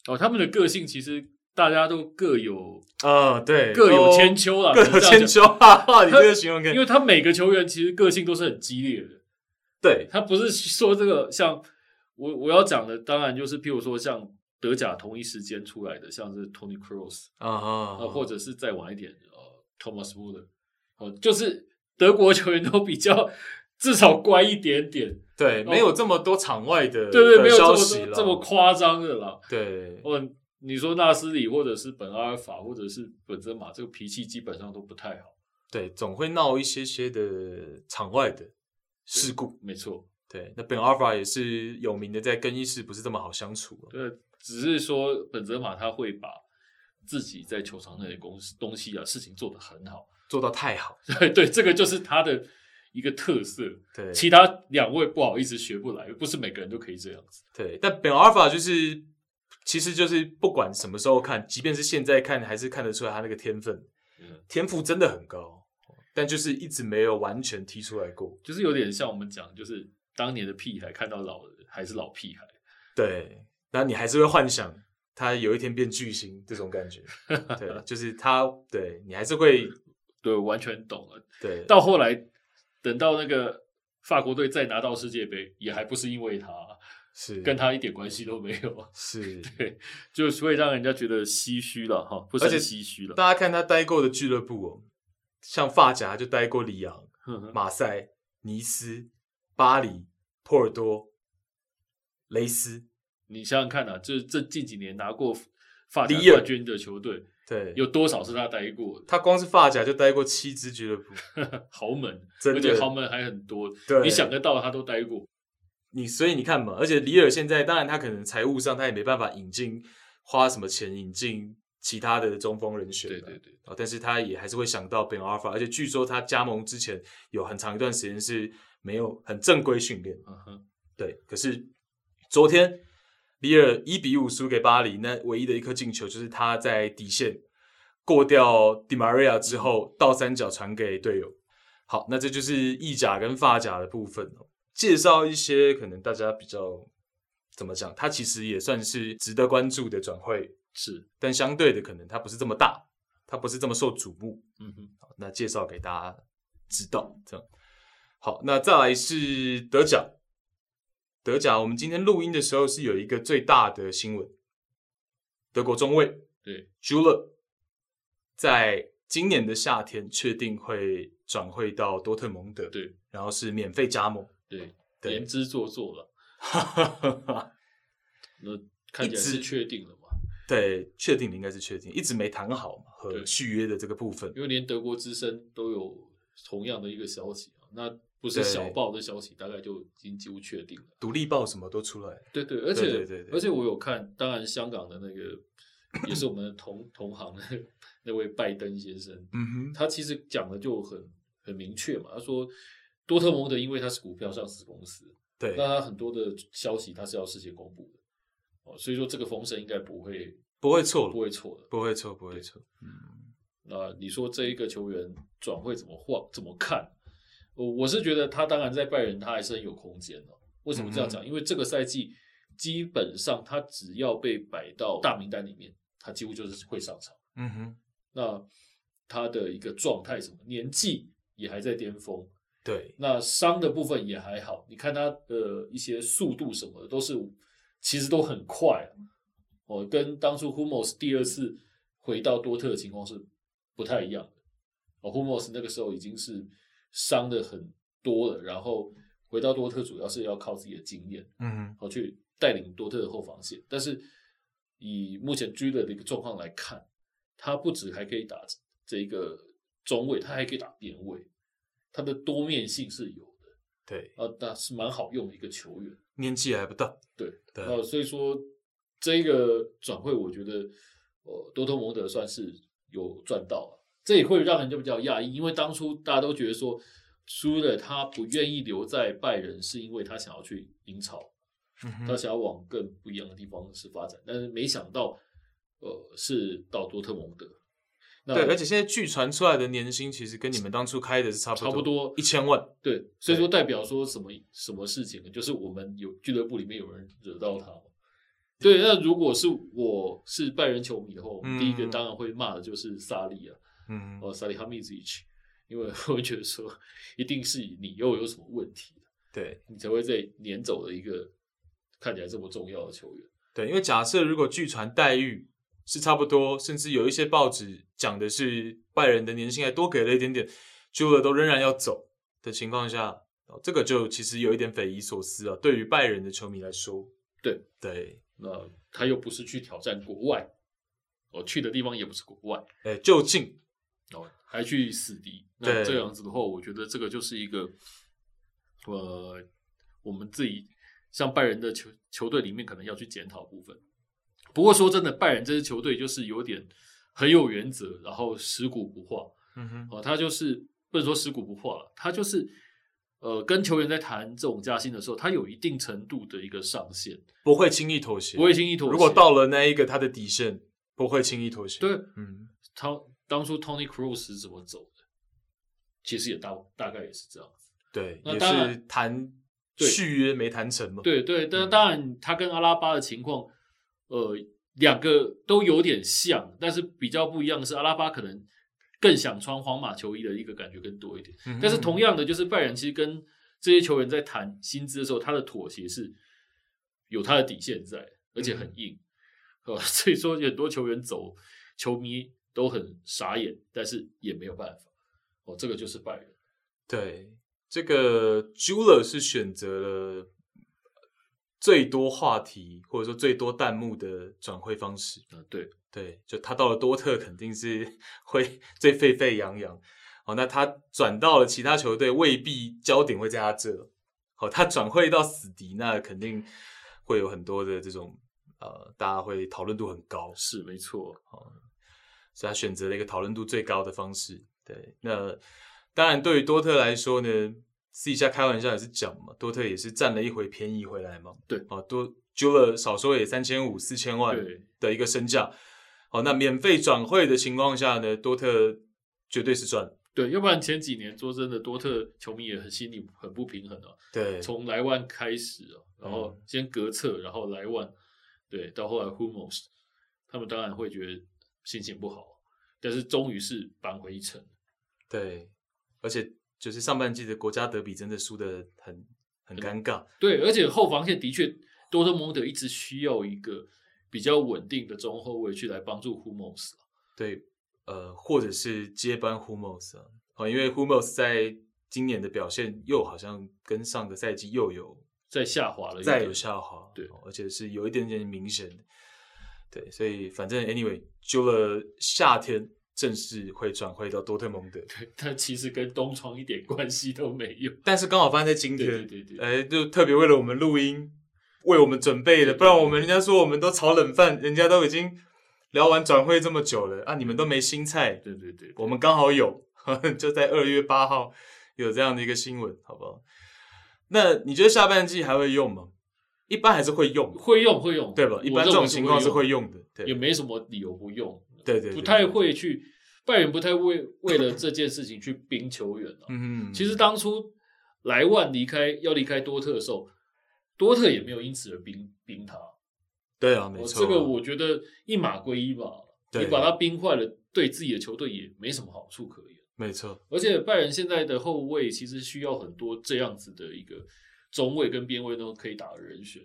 S2: 哦，他们的个性其实大家都各有
S1: 啊，对，
S2: 各有
S1: 都
S2: 千秋啦，
S1: 各
S2: 只能
S1: 有
S2: 这样
S1: 千
S2: 讲，
S1: 秋，哈哈，你这个形容可
S2: 因
S1: 以。
S2: 为他每个球员其实个性都是很激烈的。
S1: 对，
S2: 他不是说这个像我我要讲的，当然就是譬如说像德甲同一时间出来的，像是 Tony Kroos
S1: 啊
S2: 啊、
S1: 哈，
S2: 或者是再晚一点呃 Thomas Muller，哦、就是德国球员都比较至少乖一点点，
S1: 对，没有这么多场外的
S2: 哦对对，
S1: 的
S2: 没有这
S1: 消
S2: 么
S1: 息
S2: 多
S1: 了，
S2: 这么夸张的啦。
S1: 对，
S2: 哦，你说纳斯里或者是本阿尔法或者是本泽马，这个脾气基本上都不太好，
S1: 对，总会闹一些些的场外的事故。
S2: 没错，
S1: 对，那 Ben Alpha 也是有名的，在更衣室不是这么好相处啊。
S2: 对，呃只是说本泽马他会把自己在球场内的公司东西啊事情做得很好。
S1: 做到太好。
S2: 对对，这个就是他的一个特色。
S1: 对，
S2: 其他两位不好意思学不来，不是每个人都可以这样子。
S1: 对，但 Ben Alpha 就是，其实就是不管什么时候看，即便是现在看，还是看得出来他那个天分，
S2: 嗯，
S1: 天赋真的很高，但就是一直没有完全踢出来过。
S2: 就是有点像我们讲，就是当年的屁孩看到老人还是老屁孩。
S1: 对，那你还是会幻想他有一天变巨星这种 感觉。对，就是他，对你还是会
S2: 对，我完全懂了。
S1: 对
S2: 到后来，等到那个法国队再拿到世界杯，也还不是因为他，
S1: 是
S2: 跟他一点关系都没有，
S1: 是，
S2: 就所以让人家觉得唏嘘了哈，不是
S1: 而且
S2: 很唏嘘了。
S1: 大家看他待过的俱乐部哦，像发夹就待过里昂、 马赛、尼斯、巴黎、波尔多、雷斯。
S2: 你想想看啊，就是这近几年拿过法甲
S1: 里尔
S2: 冠军的球队，
S1: 对，
S2: 有多少是他待过 的？
S1: 他光是发夹就待过七支俱乐部，
S2: 豪门，
S1: 真
S2: 而
S1: 的
S2: 且豪门还很多，
S1: 对
S2: 你想得到他都待过，
S1: 你所以你看嘛，而且里尔现在当然他可能财务上他也没办法引进花什么钱引进其他的中锋人选，
S2: 对对对，
S1: 哦，但是他也还是会想到 Ben Arfa，而且据说他加盟之前有很长一段时间是没有很正规训练，
S2: 嗯哼，
S1: 对，可是昨天里尔一比五输给巴黎，那唯一的一颗进球就是他在底线过掉迪马瑞亚之后，倒三角传给队友。好，那这就是意甲跟法甲的部分哦。介绍一些可能大家比较怎么讲，它其实也算是值得关注的转会，
S2: 是，
S1: 但相对的可能它不是这么大，它不是这么受瞩目。
S2: 嗯哼，
S1: 那介绍给大家知道。这样好，那再来是德甲，德甲我们今天录音的时候是有一个最大的新闻，德国中卫
S2: 对，
S1: j u l e 在今年的夏天确定会转会到多特蒙德，
S2: 对，
S1: 然后是免费加盟，
S2: 对，
S1: 对
S2: 言之做作了，那看起来
S1: 一直
S2: 是确定了嘛，
S1: 对，确定的应该是确定，一直没谈好嘛和
S2: 对
S1: 续约的这个部分，
S2: 因为连德国之声都有同样的一个消息啊，那不是
S1: 对
S2: 小报的消息，大概就已经几乎确定了，
S1: 独立报什么都出来了，
S2: 对对，而且
S1: 对对对对
S2: 而且我有看，当然香港的那个也是我们的同同行的那位拜登先生，
S1: 嗯哼，
S2: 他其实讲的就很很明确嘛，他说多特蒙德因为它是股票上市公司，
S1: 对，
S2: 那它很多的消息它是要事先公布的，哦，所以说这个风声应该不会
S1: 不会错
S2: 不
S1: 了，
S2: 会错的。
S1: 不会错，不会错，
S2: 那你说这一个球员转会怎么晃怎么看？我我是觉得他当然在拜仁他还是很有空间的、为什么这样讲？因为这个赛季基本上他只要被摆到大名单里面，他几乎就是会上场。
S1: 嗯哼，
S2: 那他的一个状态什么，年纪也还在巅峰，
S1: 对，
S2: 那伤的部分也还好。你看他的一些速度什么的，都是其实都很快、啊、哦，跟当初 Humos 第二次回到多特的情况是不太一样的。哦，Humos 那个时候已经是伤的很多了，然后回到多特主要是要靠自己的经验，
S1: 嗯
S2: 好去带领多特的后防线。但是以目前 G 的一个状况来看，他不止还可以打这一个中卫，他还可以打边卫，他的多面性是有的
S1: 对，
S2: 啊，那是蛮好用的一个球员。
S1: 年纪还不大，
S2: 对，
S1: 对
S2: 那所以说这个转会，我觉得呃，多特蒙德算是有赚到了，这也会让人就比较讶异，因为当初大家都觉得说，输了他不愿意留在拜仁，是因为他想要去英超，
S1: 嗯哼
S2: 他想要往更不一样的地方是发展，但是没想到，呃，是到多特蒙德，那
S1: 对，而且现在据传出来的年薪其实跟你们当初开的是差不多，
S2: 差不多
S1: 一千万。
S2: 对，所以说代表说什么什么事情呢？就是我们有俱乐部里面有人惹到他嘛。对，那如果是我是拜仁球迷的话，我们第一个
S1: 嗯
S2: 当然会骂的就是萨利啊，
S1: 嗯，
S2: 哦，萨利哈米兹奇，因为我会觉得说，一定是你又有什么问题，
S1: 对
S2: 你才会在撵走的一个看起来这么重要的球员。
S1: 对，因为假设如果据传待遇是差不多，甚至有一些报纸讲的是拜仁的年薪还多给了一点点，久了都仍然要走的情况下，哦这个就其实有一点匪夷所思啊。对于拜仁的球迷来说，
S2: 对
S1: 对，
S2: 那他又不是去挑战国外，哦，去的地方也不是国外，
S1: 哎，就近
S2: 哦，还去死敌。
S1: 对
S2: 那这样子的话，我觉得这个就是一个，呃，我们自己像拜仁的球球队里面可能要去检讨部分。不过说真的，拜仁这支球队就是有点很有原则，然后食古不化。
S1: 嗯哼，
S2: 哦，他就是不能说食古不化了，他就是呃跟球员在谈这种加薪的时候，他有一定程度的一个上限，
S1: 不会轻易妥协。
S2: 不会轻易妥协。
S1: 如果到了那一个他的底线，不会轻易妥协。
S2: 对，
S1: 嗯，
S2: 他当初 Tony Cruz 是怎么走的，其实也大大概也是这样子。
S1: 对，
S2: 那
S1: 也
S2: 当
S1: 是
S2: 然
S1: 谈
S2: 对
S1: 续约没谈成嘛。
S2: 对对，但
S1: 嗯
S2: 当然，他跟阿拉巴的情况，呃，两个都有点像，但是比较不一样的是，阿拉巴可能更想穿皇马球衣的一个感觉更多一点。
S1: 嗯哼，
S2: 但是同样的，就是拜仁其实跟这些球员在谈薪资的时候，他的妥协是有他的底线在，而且很硬。 呃，所以说很多球员走，球迷都很傻眼，但是也没有办法。哦，这个就是拜仁。
S1: 对，这个 Jula 是选择了最多话题或者说最多弹幕的转会方式。
S2: 嗯、对，
S1: 对，就他到了多特肯定是 会最沸沸扬扬。哦，那他转到了其他球队，未必焦点会在他这。好、他转会到死敌，那肯定会有很多的这种呃，大家会讨论度很高。
S2: 是没错。
S1: 所以他选择了一个讨论度最高的方式。对，那当然对于多特来说呢，私底下开玩笑也是讲嘛，多特也是占了一回便宜回来嘛。
S2: 对
S1: 哦，多揪了少说也三千五四千万
S2: 对，
S1: 的一个身价。哦，那免费转会的情况下呢，多特绝对是赚。
S2: 对，要不然前几年说真的，多特球迷也很心里很不平衡啊。
S1: 对，嗯
S2: 从莱万开始啊，然后先格策，然后莱万，对，到后来 Humos，他们当然会觉得心情不好，但是终于是扳回一城。
S1: 对，而且就是上半季的国家德比真的输的很很尴尬。
S2: 对，而且后防线的确，多特蒙德一直需要一个比较稳定的中后卫去来帮助 Humos 啊。
S1: 对，呃，或者是接班 Humos 啊，哦，因为 Humos 在今年的表现又好像跟上个赛季又有
S2: 再下滑了一
S1: 再
S2: 点
S1: 有下滑，
S2: 对
S1: 哦而且是有一点点明显的，对，所以反正 anyway，就了夏天正式会转会到多特蒙德，
S2: 对，但其实跟东窗一点关系都没有。
S1: 但是刚好发生在今
S2: 对对
S1: 天，
S2: 对对，
S1: 哎，就特别为了我们录音，为我们准备的，不然我们人家说我们都炒冷饭，人家都已经聊完转会这么久了啊，你们都没新菜，
S2: 对对对，
S1: 我们刚好有， 就在二月八号有这样的一个新闻，好不好？那你觉得下半季还会用吗？一般还是会用，
S2: 会用会用，
S1: 对吧？一般这种情况是
S2: 会用。
S1: 会用的，对
S2: 也没什么理由不用。
S1: 对对对
S2: 不太会去拜仁不太为为了这件事情去冰球员啊。
S1: 嗯
S2: 其实当初莱万离开要离开多特的时候，多特也没有因此而冰冰他。
S1: 对啊，没
S2: 哦，
S1: 错，
S2: 这个我觉得一码归一码，
S1: 对
S2: 你把他冰坏了，对自己的球队也没什么好处可言。
S1: 没错，
S2: 而且拜仁现在的后卫其实需要很多这样子的一个中卫跟边卫都可以打的人选，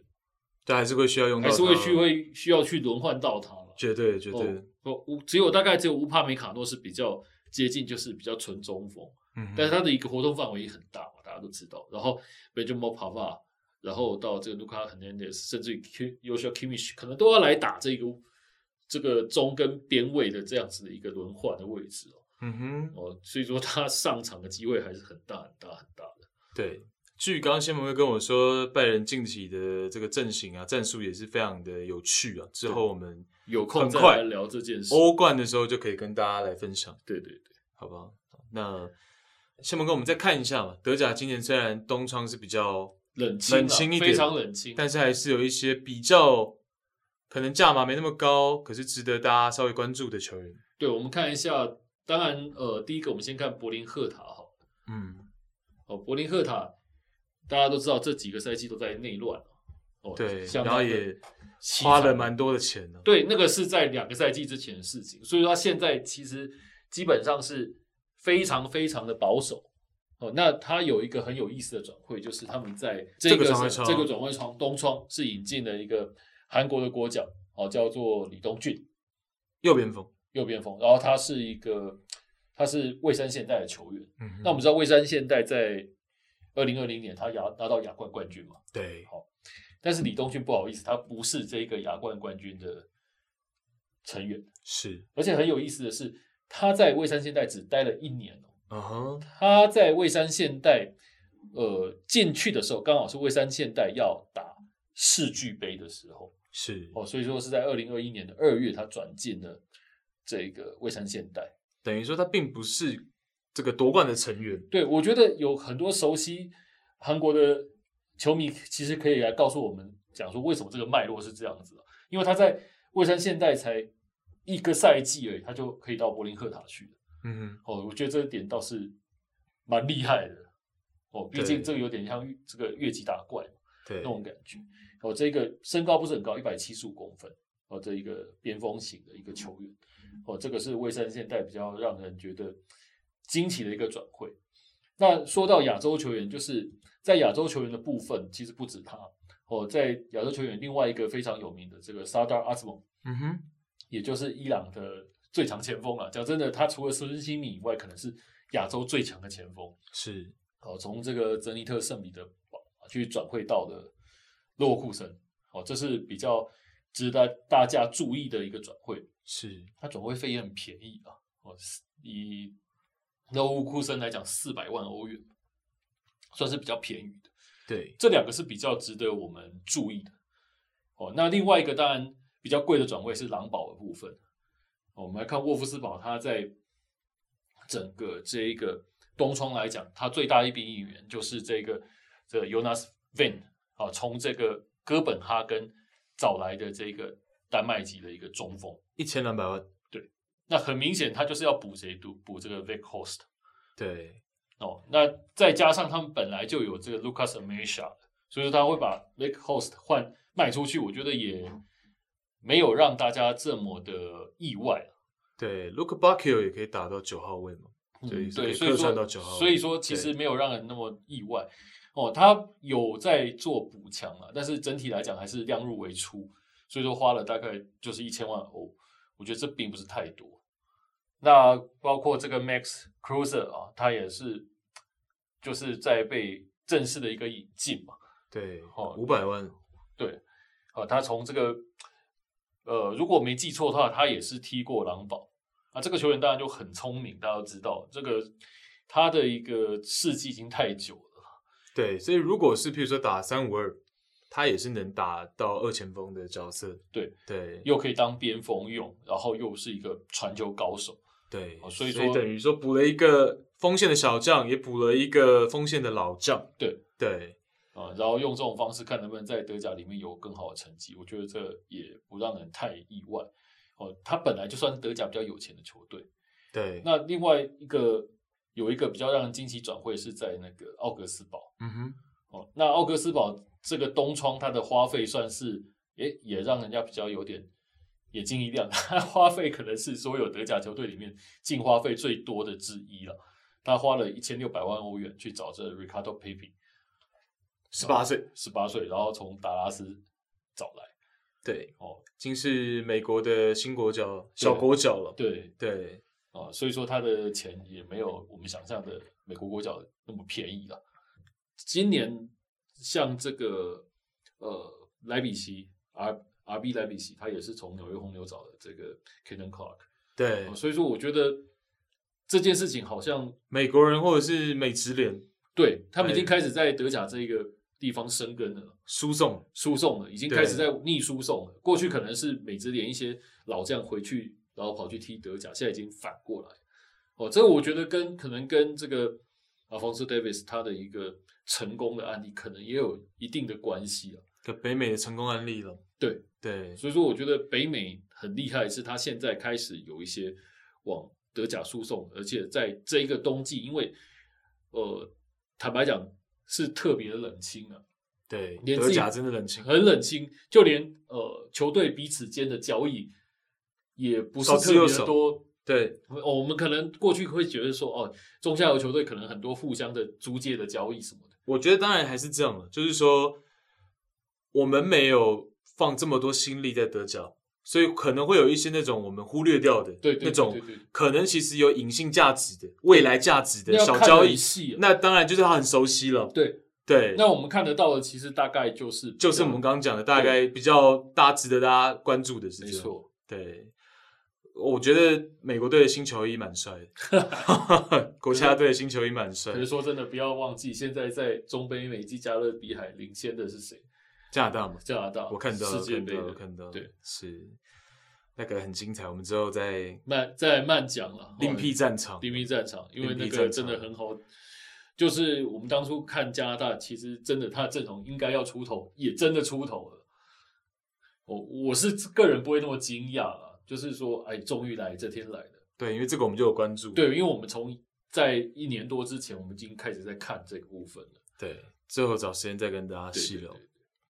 S1: 对，还是会需要用到
S2: 还
S1: 它，哦
S2: 是会去会需要去轮换到他了。
S1: 绝对绝对，
S2: 哦，哦乌只有大概只有乌帕梅卡诺是比较接近，就是比较纯中锋，
S1: 嗯哼，
S2: 但是他的一个活动范围也很大嘛，大家家都知道。然后 Benjamin Pava，然后到这个 Luka Hernandez，甚至于 K y o s h a Kimmich，可能都要来打这个这个中跟边位的这样子的一个轮换的位置哦。
S1: 嗯哼，
S2: 哦，所以说他上场的机会还是很大很大很大的。
S1: 对。据刚刚先朋友跟我说，拜仁近期的这个阵型啊、战术也是非常的有趣啊。之后我们
S2: 有空
S1: 很
S2: 再
S1: 快哦
S2: 来聊这件事。
S1: 欧冠的时候就可以跟大家来分享。
S2: 对对对，
S1: 好不好？那先蒙哥，我们再看一下嘛。德甲今年虽然东窗是比较，
S2: 冷清啊
S1: 冷清一点
S2: 非常冷清。
S1: 但是还是有一些比较可能价码没那么高，可是值得大家稍微关注的球员。
S2: 对，我们看一下，当然，呃，第一个我们先看柏林赫塔哈，
S1: 嗯，
S2: 哦，柏林赫塔，大家都知道这几个赛季都在内乱哦，
S1: 对，
S2: 相
S1: 然
S2: 当
S1: 后
S2: 的
S1: 也
S2: 凄
S1: 花
S2: 惨
S1: 了蛮多的钱呢、
S2: 对，那个是在两个赛季之前的事情，所以说他现在其实基本上是非常非常的保守。哦，那他有一个很有意思的转会，就是他们在这
S1: 这
S2: 个
S1: 个转会
S2: 是
S1: 窗
S2: 这个转会窗东窗是引进了一个韩国的国脚，哦，叫做李东俊，
S1: 右边锋，
S2: 右边锋，然后他是一个他是蔚山现代的球员。
S1: 嗯哼，
S2: 那我们知道蔚山现代在二零二零年他亚拿到亚冠冠军嘛，
S1: 对
S2: 但是李东俊不好意思，他不是这个亚冠冠军的成员。
S1: 是，
S2: 而且很有意思的是，他在蔚山现代只待了一年哦。
S1: 嗯哼，
S2: 他在蔚山现代，呃，进去的时候刚好是蔚山现代要打世俱杯的时候
S1: 是，
S2: 哦，所以说是在二零二一年的二月，他转进了这个蔚山现代。
S1: 等于说他并不是这个夺冠的成员。
S2: 对，我觉得有很多熟悉韩国的球迷，其实可以来告诉我们，讲说为什么这个脉络是这样子的。因为他在蔚山现代才一个赛季而已，他就可以到柏林赫塔去了。
S1: 嗯
S2: 哦，我觉得这一点倒是蛮厉害的。哦，毕竟
S1: 对
S2: 这个有点像越这个越级打怪嘛
S1: 哼，对
S2: 那，种感觉。哦，这个身高不是很高，一百七十五公分。哦，这一个边锋型的一个球员。哦，这个是蔚山现代比较让人觉得惊奇的一个转会。那说到亚洲球员，就是在亚洲球员的部分，其实不止他。哦，在亚洲球员另外一个非常有名的这个萨达阿兹蒙，
S1: 嗯哼，
S2: 也就是伊朗的最强前锋了。啊讲真的，他除了孙兴敏以外，可能是亚洲最强的前锋。
S1: 是，
S2: 哦，从这个泽尼特圣彼得堡啊去转会到的洛库森，哦，这是比较值得大家注意的一个转会。
S1: 是，
S2: 他转会费也很便宜啊，哦，四以洛库森来讲，四百万欧元算是比较便宜的。
S1: 对，
S2: 这两个是比较值得我们注意的。哦，那另外一个当然比较贵的转位是狼堡的部分。哦我们来看沃夫斯堡，它在整个这一个东窗来讲，它最大一笔引援就是这个这个 Jonas Van 啊、从这个哥本哈根找来的这个丹麦籍的一个中锋。
S1: 一千两百万，
S2: 那很明显，他就是要补谁？补补这个 Vic Host。
S1: 对，
S2: 哦，那再加上他们本来就有这个 Lucas Amesha，所以说他会把 Lake Host 换卖出去，我觉得也没有让大家这么的意外。啊
S1: 对，Luke Bakio 也可以打到九号位嘛。对
S2: 嗯
S1: 是可
S2: 对，
S1: 以
S2: 所以
S1: 客串
S2: 说
S1: 到9号
S2: 所以说其实没有让人那么意外。哦，他有在做补强啊，但是整体来讲还是量入为出，所以说花了大概就是一千万欧，我觉得这并不是太多。那包括这个 Max Cruiser 啊，他也是就是在被正式的一个引进嘛，
S1: 对
S2: 哦，
S1: 五百万，
S2: 啊，他从这个呃，如果没记错的话，他也是踢过狼堡啊。这个球员当然就很聪明，大家都知道这个他的一个事迹已经太久了。
S1: 对，所以如果是譬如说打三五二，他也是能打到二前锋的角色，
S2: 对
S1: 对
S2: 又可以当边锋用，然后又是一个传球高手，
S1: 对
S2: 哦，所以说
S1: 等于说补了一个锋线的小将，也补了一个锋线的老将，
S2: 对
S1: 对
S2: 啊，然后用这种方式看能不能在德甲里面有更好的成绩，我觉得这也不让人太意外。哦，他本来就算是德甲比较有钱的球队，
S1: 对，
S2: 那另外一个有一个比较让人惊喜转会是在那个奥格斯堡。
S1: 嗯哼，
S2: 哦，那奥格斯堡这个东窗，它的花费算是也也让人家比较有点眼睛一亮，它花费可能是所有德甲球队里面净花费最多的之一了。他花了一千六百万欧元去找这 Ricardo Pepi，
S1: 十八岁，
S2: 十八岁，然后从达拉斯找来。
S1: 对，
S2: 哦，
S1: 已经是美国的新国脚小国脚了，
S2: 对
S1: 对
S2: 啊、所以说他的钱也没有我们想象的美国国脚那么便宜了。今年像这个呃莱比锡 R R B 莱比锡，他也是从纽约红牛找的这个 k e n a n Clark，、
S1: 对
S2: 呃，所以说我觉得这件事情好像
S1: 美国人或者是美职联
S2: 对他们已经
S1: 哎
S2: 开始在德甲这个地方生根了。
S1: 输送，
S2: 输送了，已经
S1: 对
S2: 开始在逆输送了。过去可能是美职联一些老将回去，然后跑去踢德甲，现在已经反过来。哦，这个我觉得跟可能跟这个阿方斯 Davis 他的一个成功的案例，可能也有一定的关系啊。
S1: 可北美的成功案例了。
S2: 对
S1: 对，
S2: 所以说，我觉得北美很厉害，是他现在开始有一些往德甲输送，而且在这一个冬季，因为呃，坦白讲是特别冷清啊。
S1: 对，
S2: 连
S1: 德
S2: 自己
S1: 甲真的冷清，
S2: 很冷清，就连呃球队彼此间的交易也不是
S1: 少之
S2: 特
S1: 又
S2: 别
S1: 少
S2: 的多。
S1: 对
S2: 哦，我们可能过去会觉得说，哦，中下游球队可能很多互相的租借的交易什么的，
S1: 我觉得当然还是这样的，就是说我们没有放这么多心力在德甲，所以可能会有一些那种我们忽略掉的，
S2: 对对
S1: 那种
S2: 对对对
S1: 可能其实有隐性价值的、未来价值的
S2: 那要
S1: 小
S2: 看
S1: 交
S2: 得
S1: 易
S2: 很，细、啊。
S1: 那当然就是他很熟悉了。
S2: 对，
S1: 对，
S2: 那我们看得到的其实大概就是
S1: 就是我们刚刚讲的，大概比较大家值得大家关注的是
S2: 没
S1: 这样。
S2: 错，
S1: 对，我觉得美国队的新球衣蛮帅 的，国家队的新球衣蛮帅
S2: 可。是说真的，不要忘记现在在中北美及加勒比海领先的是谁？
S1: 加拿大嘛，
S2: 加拿大，
S1: 我看到了，
S2: 世界杯
S1: 我看到了我
S2: 的，
S1: 看到了，
S2: 对，
S1: 是那个很精彩，我们之后再
S2: 慢在慢讲了，哦
S1: 另辟战场。
S2: DV 战场，因为那
S1: DB 战
S2: 个
S1: 场
S2: 真的很好。就是我们当初看加拿大，其实真的他的阵容应该要出头，也真的出头了。我我是个人不会那么惊讶啦，就是说，哎，终于来这天来了。
S1: 对，因为这个我们就有关注。
S2: 对，因为我们从在一年多之前，我们已经开始在看这个部分了。
S1: 对，最后找时间再跟大家
S2: 对
S1: 细
S2: 对
S1: 聊
S2: 对。对